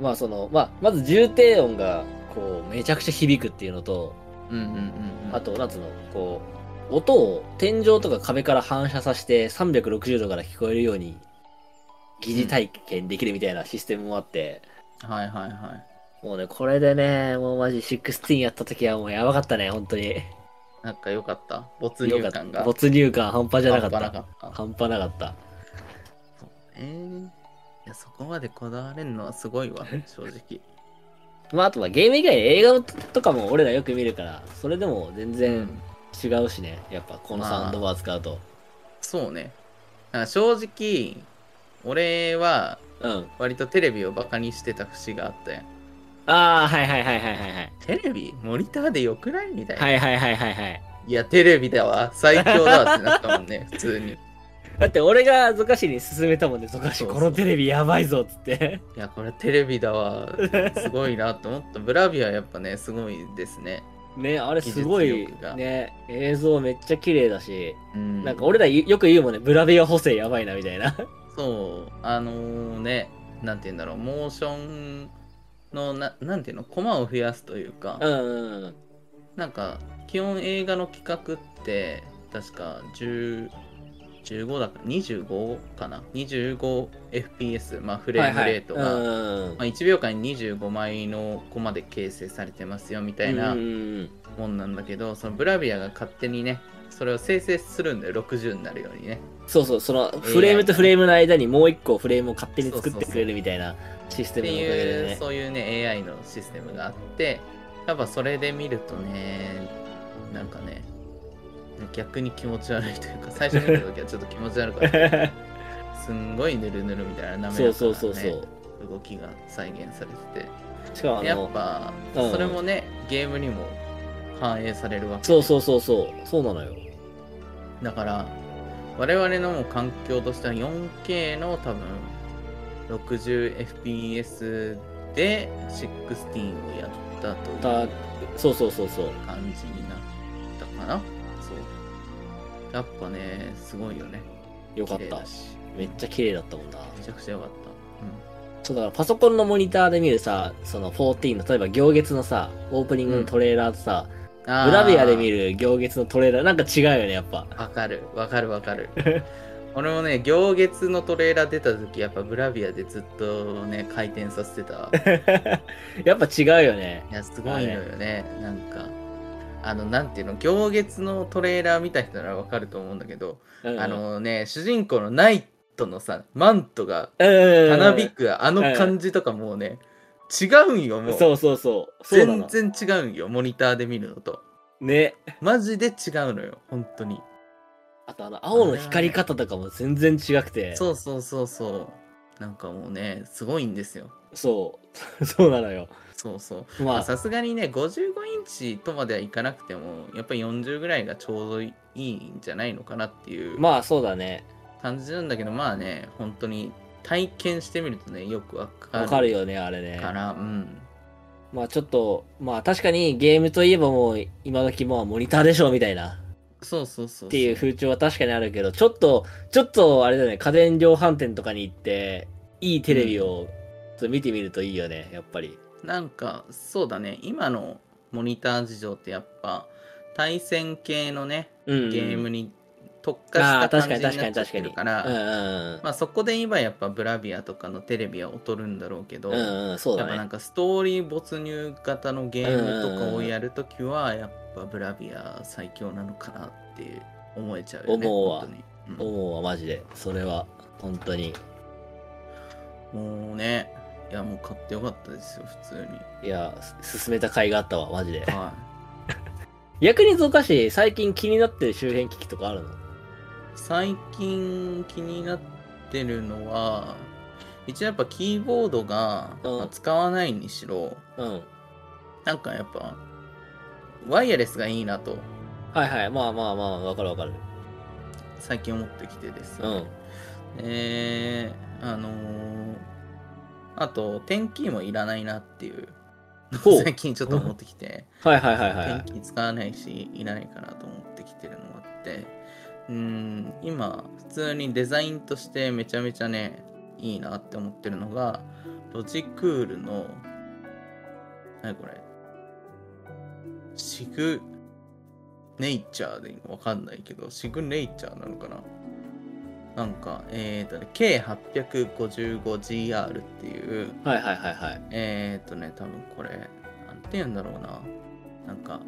[SPEAKER 2] まあその、まあ、まず重低音が、こう、めちゃくちゃ響くっていうのと、
[SPEAKER 1] うんうんうんうん
[SPEAKER 2] あと、なんつうの、こう、音を天井とか壁から反射させて360度から聞こえるように疑似体験できるみたいなシステムもあって、
[SPEAKER 1] はいはいはい
[SPEAKER 2] もうね、これでね、もうマジ16やった時はもうやばかったね、本当に。
[SPEAKER 1] なんか良かった没入感が
[SPEAKER 2] 没入感半端じゃなかった。
[SPEAKER 1] 半端なかった
[SPEAKER 2] 半端なかった。
[SPEAKER 1] えー、いやそこまでこだわれんのはすごいわ正直
[SPEAKER 2] まあ、あとはゲーム以外映画とかも俺らよく見るから、それでも全然違うしね。やっぱこのサウンドバー使うと。
[SPEAKER 1] そうねなんか正直俺は
[SPEAKER 2] うん。
[SPEAKER 1] 割とテレビをバカにしてた節があって
[SPEAKER 2] ああ、はいはいはいはいはいはい。
[SPEAKER 1] テレビモニターでよくないみたいな、
[SPEAKER 2] はいはいはいはいはい。
[SPEAKER 1] い、やテレビだわ最強だわってなったもんね普通にい
[SPEAKER 2] だって俺がゾカシに勧めたもんね、ゾカシ。
[SPEAKER 1] そうそ
[SPEAKER 2] こ
[SPEAKER 1] う
[SPEAKER 2] のテレビやばいぞっつって。
[SPEAKER 1] やこれテレビだわすごいなと思ったブラビアやっぱねすごいですね
[SPEAKER 2] ね、あれすごい
[SPEAKER 1] 技術力が
[SPEAKER 2] ね、映像めっちゃ綺麗だし、
[SPEAKER 1] うん
[SPEAKER 2] なんか俺らよく言うもんね、ブラビア補正やばいなみたいな。
[SPEAKER 1] そう、あのね、なんて言うんだろう、モーションのな、なんていうの、コマを増やすと いうか、
[SPEAKER 2] うんうんうん。
[SPEAKER 1] なんか、基本映画の企画って、確か10、15だから、25かな、25fps、まあ、フレームレートが、
[SPEAKER 2] はいはいうんうんうん
[SPEAKER 1] まあ、1秒間に25枚のコマで形成されてますよみたいな
[SPEAKER 2] うんうんうん
[SPEAKER 1] もんなんだけど、そのブラビアが勝手にね、それを生成するんだよ、60になるようにね。
[SPEAKER 2] そうそう、そのフレームとフレームの間にもう一個フレームを勝手に作ってくれるみたいなシステ
[SPEAKER 1] っ
[SPEAKER 2] ム
[SPEAKER 1] て
[SPEAKER 2] のおかげ
[SPEAKER 1] いう、
[SPEAKER 2] でね。
[SPEAKER 1] そういうね AI のシステムがあってやっぱそれで見るとね、なんかね、逆に気持ち悪いというか、最初見た時はちょっと気持ち悪 かった。すんごいぬるぬるみたいな滑
[SPEAKER 2] そう
[SPEAKER 1] らか
[SPEAKER 2] そ
[SPEAKER 1] な、
[SPEAKER 2] う
[SPEAKER 1] ね、
[SPEAKER 2] そうそう。
[SPEAKER 1] 動きが再現されて
[SPEAKER 2] しかもあ
[SPEAKER 1] て、やっ
[SPEAKER 2] の、
[SPEAKER 1] ぱ
[SPEAKER 2] うん
[SPEAKER 1] それもね、ゲームにも反映されるわけ
[SPEAKER 2] そうそうそうそう、そうなのよ。
[SPEAKER 1] だから我々のもう環境としては 4K の多分 60fps で16をやったとい
[SPEAKER 2] た
[SPEAKER 1] う
[SPEAKER 2] そうそうそうそう。
[SPEAKER 1] 感じになったかなそうやっぱねすごいよね
[SPEAKER 2] よかっ
[SPEAKER 1] 綺麗
[SPEAKER 2] た
[SPEAKER 1] だ。し
[SPEAKER 2] めっちゃ綺麗だったもんな。
[SPEAKER 1] めちゃくちゃよかった
[SPEAKER 2] そうだからパソコンのモニターで見るさ、その14の、例えば行月のさ、オープニングのトレーラーとさ、
[SPEAKER 1] うんあー
[SPEAKER 2] グラビアで見る行月のトレーラー、なんか違うよね、やっ ぱ。
[SPEAKER 1] わかるわかるわかる 俺もね行月のトレーラー出た時やっぱブラビアでずっとね回転させてた
[SPEAKER 2] やっぱ違うよね。
[SPEAKER 1] いやすごいのよねなんかあのなんていうの行月のトレーラー見た人ならわかると思うんだけど、
[SPEAKER 2] うん
[SPEAKER 1] あ、のね主人公のナイトのさマントが
[SPEAKER 2] うん
[SPEAKER 1] たなびくあの感じとかもうね、違うんよもう
[SPEAKER 2] そうそうそう。そうな
[SPEAKER 1] 全
[SPEAKER 2] の。
[SPEAKER 1] 然違うんよモニターで見るのと
[SPEAKER 2] ね。
[SPEAKER 1] マジで違うのよ本当に
[SPEAKER 2] あとあの、青の光り方とかも全然違くて。
[SPEAKER 1] そうそうそうそうなんかもうねすごいんですよ
[SPEAKER 2] そう。 そうなのよ。
[SPEAKER 1] そうそう。ま
[SPEAKER 2] ま
[SPEAKER 1] あ
[SPEAKER 2] あ、
[SPEAKER 1] さすがにね、55インチとまではいかなくても、やっぱり40ぐらいがちょうどいいんじゃないのかなっていう
[SPEAKER 2] まあそうだね。
[SPEAKER 1] 感じなんだけど、まあね、本当に体験してみるとね、よくわかる
[SPEAKER 2] わかるよね、あれね。
[SPEAKER 1] から、うん。
[SPEAKER 2] まあちょっと、まあ確かにゲームといえばもう今時もうモニターでしょみたいな
[SPEAKER 1] そうそうそうそう。
[SPEAKER 2] っていう風潮は確かにあるけど、ちょっと、ちょっとあれだね、家電量販店とかに行って、いいテレビをちょっと見てみるといいよね、やっぱり。
[SPEAKER 1] なんか、そうだね、今のモニター事情ってやっぱ、対戦系のね、
[SPEAKER 2] うん。
[SPEAKER 1] ゲームに特化
[SPEAKER 2] あ
[SPEAKER 1] し
[SPEAKER 2] あ、
[SPEAKER 1] た
[SPEAKER 2] 確
[SPEAKER 1] 感
[SPEAKER 2] か
[SPEAKER 1] じ
[SPEAKER 2] に
[SPEAKER 1] になっ
[SPEAKER 2] 確かに
[SPEAKER 1] ちゃっ
[SPEAKER 2] 確か
[SPEAKER 1] て
[SPEAKER 2] に。
[SPEAKER 1] るから、
[SPEAKER 2] うんうん
[SPEAKER 1] まあそこで今やっぱブラビアとかのテレビは劣るんだろうけど、
[SPEAKER 2] うん。うんうん、そう
[SPEAKER 1] や
[SPEAKER 2] だ
[SPEAKER 1] っぱなん
[SPEAKER 2] ね。
[SPEAKER 1] かストーリー没入型のゲームとかをやるときはやっぱブラビア最強なのかなって思えちゃうよね。
[SPEAKER 2] 思うわ
[SPEAKER 1] 本当に
[SPEAKER 2] 思うわ、マジで。それは、本当に。
[SPEAKER 1] うんもうね、いやもう買ってよかったですよ、普通 に。
[SPEAKER 2] いや、す進めた甲斐があったわ、マジで。
[SPEAKER 1] は
[SPEAKER 2] 逆に増加し、最近気になってる周辺機器とかあるの
[SPEAKER 1] い、最近気になってるのは、一応やっぱキーボードが、
[SPEAKER 2] うん
[SPEAKER 1] まあ使わないにしろ、
[SPEAKER 2] うん。
[SPEAKER 1] なんかやっぱワイヤレスがいいなと
[SPEAKER 2] はいはい。まあまあまあ、わかるわかる。
[SPEAKER 1] 最近思ってきてですね。
[SPEAKER 2] うん。
[SPEAKER 1] えー、あのーあと、天気もいらないなっていう、
[SPEAKER 2] ほう
[SPEAKER 1] 最近ちょっと思ってきて、
[SPEAKER 2] はいはいはいはい。
[SPEAKER 1] 天気使わないし、いらないかなと思ってきてるのがあって、うーん、今、普通にデザインとしてめちゃめちゃね、いいなって思ってるのが、ロジクールの、何これ、シグネイチャーでいいのわかんないけど、シグネイチャーなのかななんか、えーとね、K855GR っていう、
[SPEAKER 2] はいはいはいはい。
[SPEAKER 1] えーとね、多分これ、なんて言うんだろうな。なんか、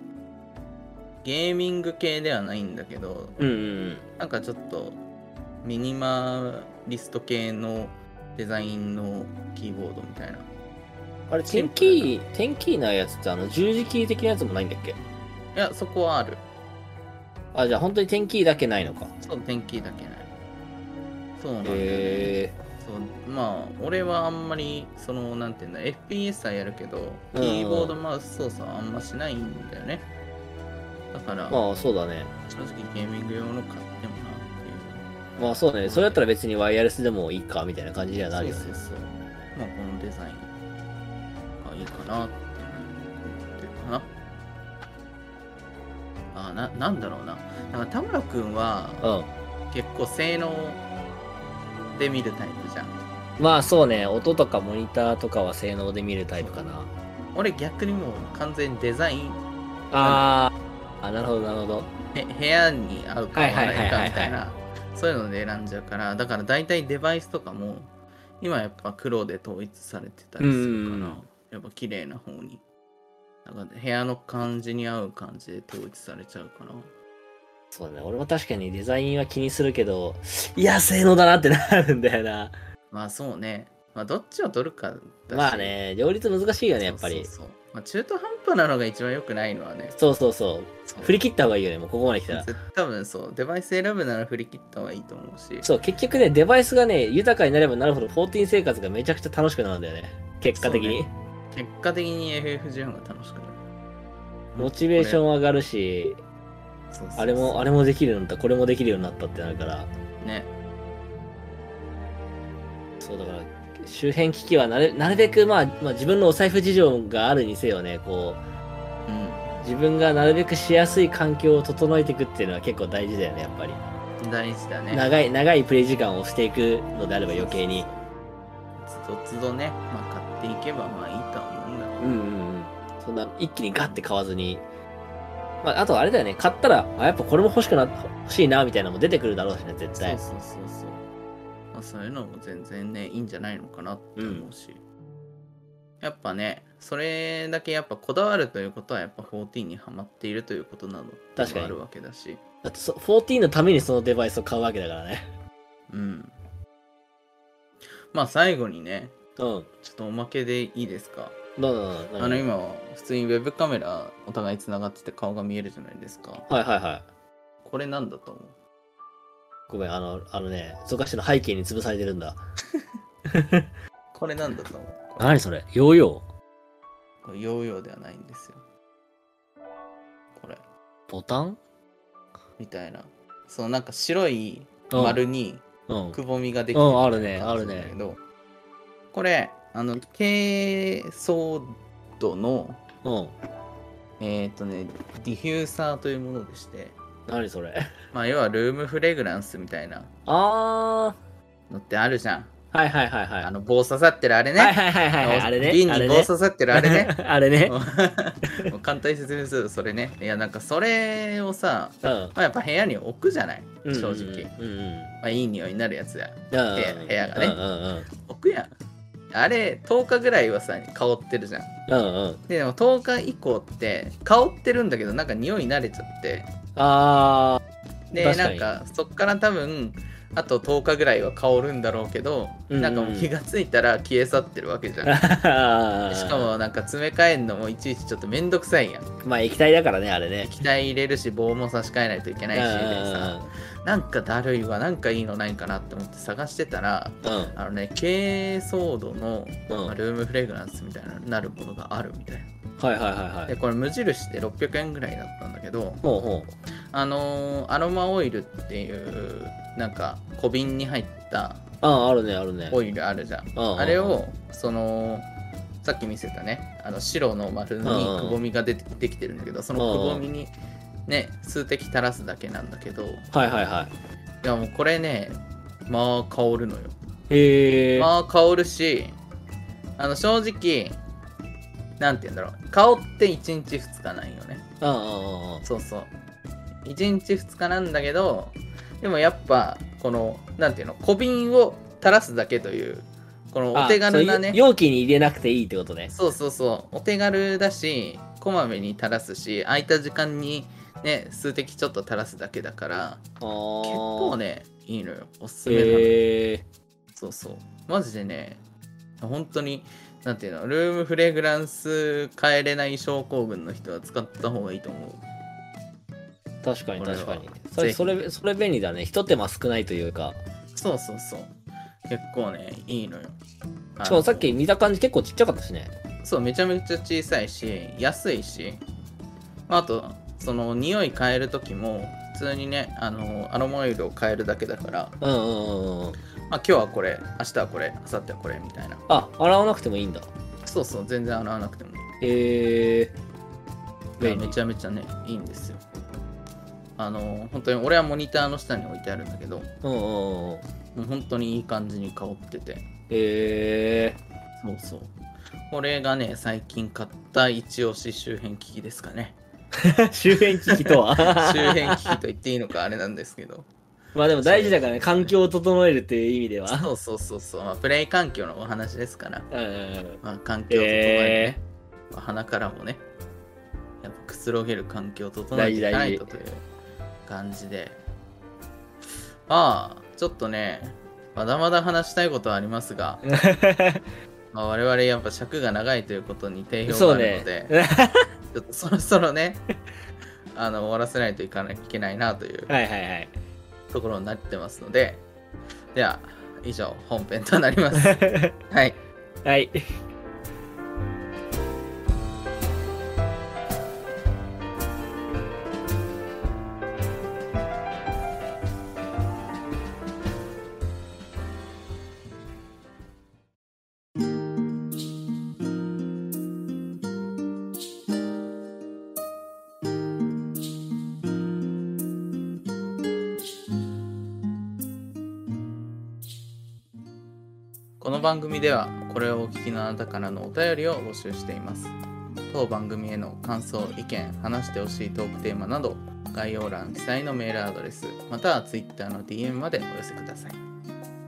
[SPEAKER 1] ゲーミング系ではないんだけど、
[SPEAKER 2] うんうん
[SPEAKER 1] なんかちょっと、ミニマリスト系のデザインのキーボードみたいな。
[SPEAKER 2] うん。あれ、
[SPEAKER 1] シ
[SPEAKER 2] 天
[SPEAKER 1] ンプルな
[SPEAKER 2] 気、天気なやつってあの、十字キー的なやつもないんだっけ
[SPEAKER 1] いや、そこはある。
[SPEAKER 2] あ、じゃあ本当に天気だけないのか。
[SPEAKER 1] そう、天気だけない。そうなんだよね。
[SPEAKER 2] へ
[SPEAKER 1] そうまあ俺はあんまりそのなんていうんだ FPS はやるけど
[SPEAKER 2] う
[SPEAKER 1] キ
[SPEAKER 2] ん
[SPEAKER 1] ーボードマウス操作はあんましないんだよねだから
[SPEAKER 2] え。
[SPEAKER 1] 正
[SPEAKER 2] まあそうだね。
[SPEAKER 1] 直ゲーミング用の買ってもなっていう
[SPEAKER 2] まあそうだね。それだったら別にワイヤレスでもいいか、みたいな感じにはなるよ
[SPEAKER 1] そう
[SPEAKER 2] ね。
[SPEAKER 1] そうそうまあこのデザインがいいかなって思ってるかなあななんだろうななんか田村君は
[SPEAKER 2] うん。
[SPEAKER 1] 結構性能で見るタイプじゃん
[SPEAKER 2] まあそうね。音とかモニターとかは性能で見るタイプかな。
[SPEAKER 1] 俺逆にもう完全にデザイン
[SPEAKER 2] あー。あ、なるほどなるほど。
[SPEAKER 1] へ部屋に合うか合わないかみた
[SPEAKER 2] はいはいはいはい
[SPEAKER 1] いなそういうので選んじゃうからだから大体デバイスとかも今やっぱ黒で統一されてたりするか
[SPEAKER 2] うん
[SPEAKER 1] らやっぱ綺麗な方になんか部屋の感じに合う感じで統一されちゃうかな
[SPEAKER 2] そうね。俺も確かにデザインは気にするけど、いや、性能だなってなるんだよな。
[SPEAKER 1] まあそうねまあどっちを取るかだし
[SPEAKER 2] まあね、両立難しいよね、やっぱり。
[SPEAKER 1] そうそうそうまあ、中途半端なのが一番良くないのはね、
[SPEAKER 2] そうそうそう。
[SPEAKER 1] そう
[SPEAKER 2] 振り切った方がいいよね、もうここまで来たら。
[SPEAKER 1] 絶多分そう、デバイス選ぶなら振り切った方がいいと思うし、
[SPEAKER 2] そう、結局ね、デバイスがね、豊かになればなるほど、14生活がめちゃくちゃ楽しくなるんだよね。結果的に。
[SPEAKER 1] そう結果的に FF14 が楽しくなる。
[SPEAKER 2] モチベーション上がる
[SPEAKER 1] そ
[SPEAKER 2] し、
[SPEAKER 1] うそうそう
[SPEAKER 2] あれも、あれもできるようになった、これもできるようになったってなるから、
[SPEAKER 1] ね、
[SPEAKER 2] そうだから、周辺機器はなるなるべく、まあ、まあ、自分のお財布事情があるにせよね、こう、自分がなるべくしやすい環境を整えていくっていうのは結構大事だよね、やっぱり。
[SPEAKER 1] うん、大事だね。
[SPEAKER 2] 長い、長いプレイ時間をしていくのであれば余計に。
[SPEAKER 1] つどつどね、まあ、買っていけばまあいいとは思うんだけど
[SPEAKER 2] うんうんうん。そんな、一気にガッて買わずに。まあ、あとあれだよね、買ったら、あ、やっぱこれも欲しくな、欲しいな、みたいなのも出てくるだろうしね、絶対。
[SPEAKER 1] そうそうそうそう、まあ、そういうのも全然ねいいんじゃないのかなって思うし、やっぱねそれだけやっぱこだわるということはやっぱ14にはまっているということなの
[SPEAKER 2] 確かに
[SPEAKER 1] あるわけだし
[SPEAKER 2] だってそ、14のためにそのデバイスを買うわけだからね。
[SPEAKER 1] うんまあ最後にね
[SPEAKER 2] うん。
[SPEAKER 1] ちょっとおまけでいいですか
[SPEAKER 2] どうぞどうぞ。
[SPEAKER 1] あの今は普通にウェブカメラお互いつながってて顔が見えるじゃないですか
[SPEAKER 2] はいはいはい。
[SPEAKER 1] これなんだと思う
[SPEAKER 2] ごめん、あの、あのね、ゾカシの背景に潰されてるんだ。
[SPEAKER 1] これなんだと思う
[SPEAKER 2] 何それヨーヨー
[SPEAKER 1] これヨーヨーではないんですよこれ
[SPEAKER 2] ボタン
[SPEAKER 1] みたいなそのなんか白い
[SPEAKER 2] うん
[SPEAKER 1] 丸に
[SPEAKER 2] うん。
[SPEAKER 1] くぼみができて
[SPEAKER 2] うん、あるね、
[SPEAKER 1] みたい
[SPEAKER 2] あ
[SPEAKER 1] な感
[SPEAKER 2] る
[SPEAKER 1] じなんだ
[SPEAKER 2] ね
[SPEAKER 1] け。どこれあの珪藻土の
[SPEAKER 2] うん。
[SPEAKER 1] えっ、とねディフューサーというものでして
[SPEAKER 2] 何それ
[SPEAKER 1] まあ要はルームフレグランスみたいな
[SPEAKER 2] あ
[SPEAKER 1] のってあるじゃん
[SPEAKER 2] ー。はいはいはいはい。
[SPEAKER 1] あの棒刺さってるあれね、
[SPEAKER 2] はいはいはいはいはい。あれね。
[SPEAKER 1] 瓶
[SPEAKER 2] あ
[SPEAKER 1] に
[SPEAKER 2] れ
[SPEAKER 1] 棒
[SPEAKER 2] ね
[SPEAKER 1] 刺さってるあれ ね
[SPEAKER 2] あれね。
[SPEAKER 1] もう簡単に説明するとそれねいやなんかそれをさ、
[SPEAKER 2] うん。
[SPEAKER 1] まあ、やっぱ部屋に置くじゃない正直、
[SPEAKER 2] うんうんうん
[SPEAKER 1] まあ、いい匂いになるやつや
[SPEAKER 2] うんうん
[SPEAKER 1] 部屋部屋がね
[SPEAKER 2] うんうん
[SPEAKER 1] 置くやんあれ10日ぐらいはさ香ってるじゃん
[SPEAKER 2] うんうんうん
[SPEAKER 1] ででも10日以降って香ってるんだけどなんか匂い慣れちゃって
[SPEAKER 2] あ
[SPEAKER 1] で
[SPEAKER 2] 確
[SPEAKER 1] な
[SPEAKER 2] か
[SPEAKER 1] ん
[SPEAKER 2] に
[SPEAKER 1] かそっから多分あと10日ぐらいは香るんだろうけど、
[SPEAKER 2] うんうん
[SPEAKER 1] なんかもう気がついたら消え去ってるわけじゃん
[SPEAKER 2] ー
[SPEAKER 1] しかもなんか詰め替えんのもいちいちちょっとめんどくさいやん
[SPEAKER 2] まあ液体だからねあれね
[SPEAKER 1] 液体入れるし棒も差し替えないといけないしでさなんかだるいわなんかいいのないかなって思って探してたら
[SPEAKER 2] うんうんうん
[SPEAKER 1] あのね珪藻土の
[SPEAKER 2] うん
[SPEAKER 1] まあルームフレグランスみたいななるものがあるみたい
[SPEAKER 2] はいはいはい
[SPEAKER 1] な
[SPEAKER 2] は
[SPEAKER 1] で
[SPEAKER 2] い
[SPEAKER 1] これ無印で600円ぐらいだったんだけど
[SPEAKER 2] ほうほ
[SPEAKER 1] あのーアロマオイルっていうなんか小瓶に入った
[SPEAKER 2] うあああるねあるね
[SPEAKER 1] オイルあるじゃん
[SPEAKER 2] うんうんうん
[SPEAKER 1] あれをそのさっき見せたねあの白の丸に
[SPEAKER 2] うんうん
[SPEAKER 1] くぼみが出てできてるんだけどそのくぼみにね数滴垂らすだけなんだけどい
[SPEAKER 2] はいはいは
[SPEAKER 1] やもうこれねまあ香るのよ
[SPEAKER 2] いへえ
[SPEAKER 1] まあ香るしあの正直なんて言うんだろう香って1日2日ないよね
[SPEAKER 2] うんうんうんうん
[SPEAKER 1] そうそう1日2日なんだけどでもやっぱこのなんていうの小瓶を垂らすだけというこのお手軽な
[SPEAKER 2] あ
[SPEAKER 1] ね
[SPEAKER 2] そう容器に入れなくていいってことね
[SPEAKER 1] そうそうそうお手軽だしこまめに垂らすし空いた時間にね数滴ちょっと垂らすだけだから結
[SPEAKER 2] 結
[SPEAKER 1] 構ねいいのよおすすめなの、
[SPEAKER 2] へえ
[SPEAKER 1] そうそうマジでね本当になんていうのルームフレグランス変えれない症候群の人は使った方がいいと思う
[SPEAKER 2] 確かに
[SPEAKER 1] これは
[SPEAKER 2] 確かにそれ
[SPEAKER 1] ぜひ
[SPEAKER 2] それそれ便利だねひと手間少ないというか
[SPEAKER 1] そうそうそう結構ねいいのよあの
[SPEAKER 2] しかもさっき見た感じ結構ちっちゃかったしね
[SPEAKER 1] そうめちゃめちゃ小さいし安いし、まあ、あとその匂い変える時も普通にねあのアロマオイルを変えるだけだから、
[SPEAKER 2] うんうんうんうんうん
[SPEAKER 1] まあ、今日はこれ明日はこれ明後日はこれみたいな
[SPEAKER 2] あ洗わなくてもいいんだ
[SPEAKER 1] そうそう全然洗わなくても
[SPEAKER 2] へえ
[SPEAKER 1] いい
[SPEAKER 2] 便利
[SPEAKER 1] めちゃめちゃねいいんですよあの本当に俺はモニターの下に置いてあるんだけど
[SPEAKER 2] うんうんうんうん。
[SPEAKER 1] もう本当にいい感じに香ってて
[SPEAKER 2] え
[SPEAKER 1] そうそうこれがね最近買った一押し周辺機器ですか ね
[SPEAKER 2] ー、周辺機器とは
[SPEAKER 1] 周辺機器と言っていいのかあれなんですけど
[SPEAKER 2] まあでも大事だからね、環境を整えるっていう意味では。
[SPEAKER 1] そうそうそうそう、まあ、プレイ環境のお話ですから、
[SPEAKER 2] うんうんうん。
[SPEAKER 1] まあ、環境を整え
[SPEAKER 2] え
[SPEAKER 1] てね、まあ鼻からもね、やっぱくつろげる環境を整えていかないと
[SPEAKER 2] 大
[SPEAKER 1] とい
[SPEAKER 2] 事大事
[SPEAKER 1] う感じで、 まあ、ちょっとね、まだまだ話したいことはありますが、
[SPEAKER 2] ー、
[SPEAKER 1] まあ、我々やっぱ尺が長いということに定評
[SPEAKER 2] そ
[SPEAKER 1] が
[SPEAKER 2] う
[SPEAKER 1] ある
[SPEAKER 2] ね
[SPEAKER 1] ので、。 ちょっとそろそろね、 あの終わらせないといかなきゃいけないなという
[SPEAKER 2] はいはいはい。
[SPEAKER 1] ところになってますので、では、以上、本編となります。 はい。
[SPEAKER 2] はい。
[SPEAKER 1] この番組ではこれをお聞きのあなたからのお便りを募集しています当番組への感想意見話してほしいトークテーマなど概要欄記載のメールアドレスまたは Twitter の DM までお寄せください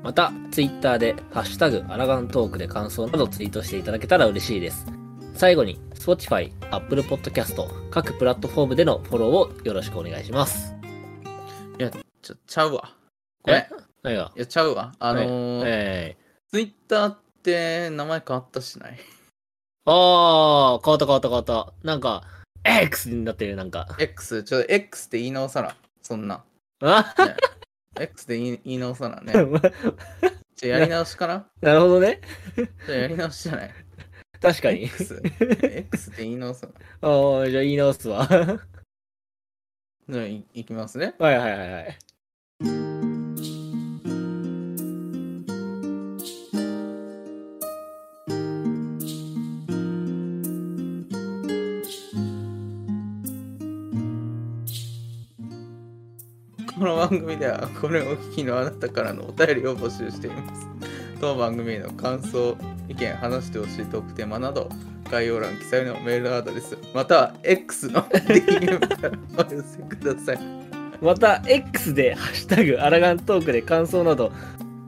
[SPEAKER 2] また、ツイッターで、ハッシュタグ、アラガントークで感想などツイートしていただけたら嬉しいです。最後に、Spotify、Apple Podcast、各プラットフォームでのフォローをよろしくお願いします。
[SPEAKER 1] ちょちゃうわこれ
[SPEAKER 2] はいよ。
[SPEAKER 1] いやちゃうわあのー
[SPEAKER 2] ええ
[SPEAKER 1] Twitter って名前変わったしない
[SPEAKER 2] あー、変わった変わった変わった。なんか、X になってる、なんか。
[SPEAKER 1] X ちょっと X って言い直さなそんな
[SPEAKER 2] あ
[SPEAKER 1] X って言い言い直さなね
[SPEAKER 2] な
[SPEAKER 1] ちょやり直しかな
[SPEAKER 2] るほどね。
[SPEAKER 1] ちょやり直しじゃない
[SPEAKER 2] 確 かに。
[SPEAKER 1] X, X って言い直さな
[SPEAKER 2] あー、じゃあ言い直すわ。 は
[SPEAKER 1] じゃあいいきますね
[SPEAKER 2] いはいはいはい。
[SPEAKER 1] この番組ではこれをお聞きのあなたからのお便りを募集しています。当番組への感想、意見、話してほしいトークテーマなど、概要欄記載のメールアドレス、または X の DM からお寄せくださ い。
[SPEAKER 2] また、X で、ハッシュタグ、アラガントークで感想など、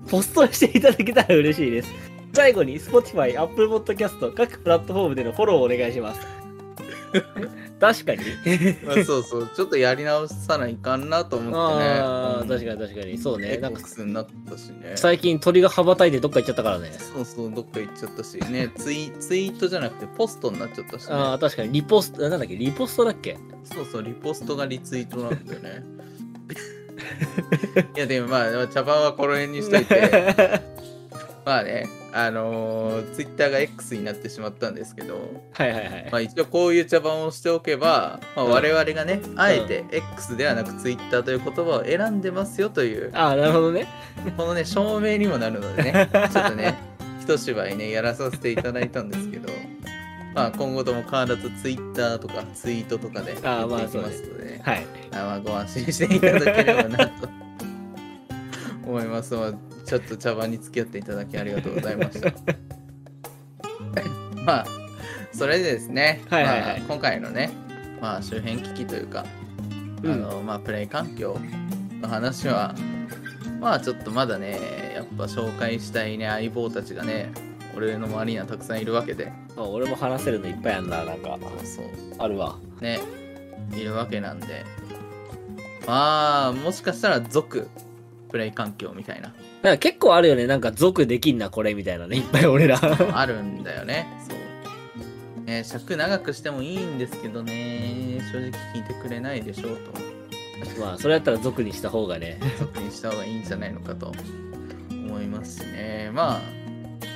[SPEAKER 2] ポストしていただけたら嬉しいです。最後に、Spotify、Apple Podcast、各プラットフォームでのフォローをお願いします。確かに。
[SPEAKER 1] まあ、そうそう、ちょっとやり直さないかんなと思ってね。
[SPEAKER 2] ああ、確
[SPEAKER 1] か
[SPEAKER 2] かに確かに。そうね。なんか、
[SPEAKER 1] X になったしね。
[SPEAKER 2] 最近鳥が羽ばたいてどっか行っちゃったからね。
[SPEAKER 1] そうそう、どっか行っちゃったしね。ツイツイートじゃなくてポストになっちゃったしね。
[SPEAKER 2] ああ、確かに、リポスト、なんだっけ、リポストだっけ
[SPEAKER 1] そうそう、リポストがリツイートなんだよね。 いや、でもまあ、茶番はこの辺にしとい て、まあね、あのツイッター Twitter が X になってしまったんですけど、
[SPEAKER 2] はいはいはい。
[SPEAKER 1] まあ一応こういう茶番をしておけば、まあ、
[SPEAKER 2] うん
[SPEAKER 1] 我々がね、あえて X ではなく Twitter という言葉を選んでますよという、
[SPEAKER 2] ああ、なるほどね。
[SPEAKER 1] このね、証明にもなるので ね、ちょっとね、一芝居ね、やらさせていただいたんですけど、まあ今後とも変わらず Twitter とかツイートとかで
[SPEAKER 2] あ
[SPEAKER 1] や
[SPEAKER 2] ーまあ
[SPEAKER 1] っていきますのでね。
[SPEAKER 2] はい。
[SPEAKER 1] あまあご安心していただければなと思います。まあちょっと茶番に付き合っていただきありがとうございました。 まあそれでですね、
[SPEAKER 2] はいはいはい
[SPEAKER 1] まあ今回のね、まあ、周辺機器というか、
[SPEAKER 2] うん
[SPEAKER 1] あのまあ、プレイ環境の話はまあちょっとまだねやっぱ紹介したいね相棒たちがね俺の周りにはたくさんいるわけで
[SPEAKER 2] あ俺も話せるのいっぱいあるな、なんか。
[SPEAKER 1] そう
[SPEAKER 2] あるわ。
[SPEAKER 1] ねいるわけなんでまあもしかしたら続プレイ環境みたいな
[SPEAKER 2] なんか結構あるよね。なんか、族できんな、これ、みたいなね。いっぱい俺ら。
[SPEAKER 1] あるんだよねそうね尺長くしてもいいんですけどね正直聞いてくれないでしょうと
[SPEAKER 2] まあ、それやったら族にした方がね。
[SPEAKER 1] 続にした方がいいんじゃないのかと思いますしねまあ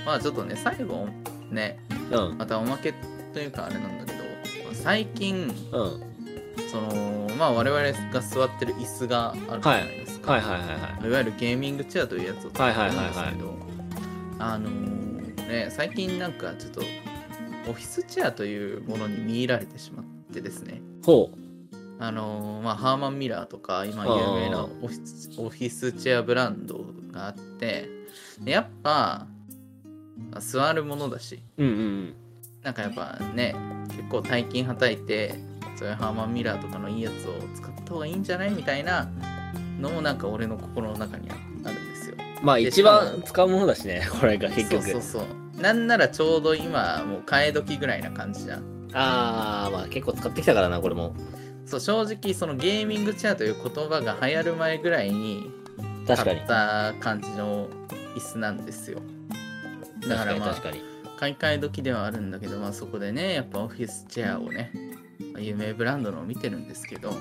[SPEAKER 1] まあちょっとね最後ね
[SPEAKER 2] うん。
[SPEAKER 1] またおまけというかあれなんだけどまあ最近
[SPEAKER 2] うん。
[SPEAKER 1] そのまあ我々が座ってる椅子があるじゃないですか、
[SPEAKER 2] はいはいはいはい
[SPEAKER 1] わゆるゲーミングチェアというやつを使ってるんですけど、あのーね最近なんかちょっとオフィスチェアというものに見入られてしまってですね。
[SPEAKER 2] い。ほう。
[SPEAKER 1] あのーまあハーマンミラーとか今
[SPEAKER 2] あー
[SPEAKER 1] 有名なオフィスオフィスチェアブランドがあってでやっぱまあ座るものだし
[SPEAKER 2] うんうん
[SPEAKER 1] なんかやっぱね結構大金はたいてそういうハーマンミラーとかのいいやつを使った方がいいんじゃないみたいなのもなんか俺の心の中にああるんですよ。
[SPEAKER 2] うん。まあ、一番使うものだしね、これが結局。
[SPEAKER 1] そうそうそうなんならちょうど今もう替え時ぐらいな感じじゃん
[SPEAKER 2] ああ、まあ結構使ってきたからな、これも。
[SPEAKER 1] そう正直そのゲーミングチェアという言葉が流行る前ぐらいに
[SPEAKER 2] 確かに
[SPEAKER 1] 買っ。た感じの椅子なんですよだ
[SPEAKER 2] 確
[SPEAKER 1] か
[SPEAKER 2] からに
[SPEAKER 1] まあ
[SPEAKER 2] 確かに。
[SPEAKER 1] 買い替え時ではあるんだけど、まあ、そこでねやっぱオフィスチェアをねまあ有名ブランドのを見てるんですけど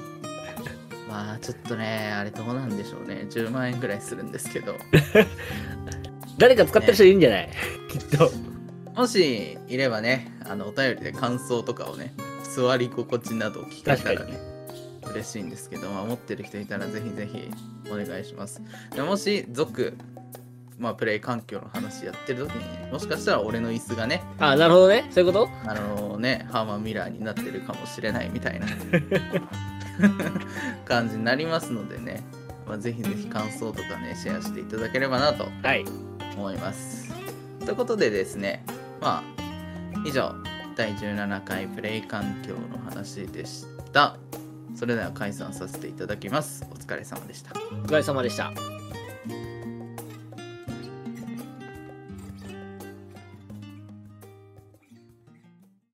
[SPEAKER 1] まあちょっとねあれどうなんでしょうね10万円ぐらいするんですけど
[SPEAKER 2] 誰か使ってる人いるんじゃない、 きっと。
[SPEAKER 1] もしいればねあのお便りで感想とかをね座り心地などを聞かれたらね嬉しいんですけど、まあ、持ってる人いたらぜひぜひお願いしますでもし続まあプレイ環境の話やってる時にもしかしたら俺の椅子がね
[SPEAKER 2] あ、なるほどね。そういうこと
[SPEAKER 1] あのねハーマンミラーになってるかもしれないみたいな感じになりますのでね、まあ、ぜひぜひ感想とかねシェアしていただければなと
[SPEAKER 2] はい。
[SPEAKER 1] 思います。ということでですね、まあ、以上、第17回プレイ環境の話でした。それでは解散させていただきます。お疲れ様でした。
[SPEAKER 2] お疲れ様でした。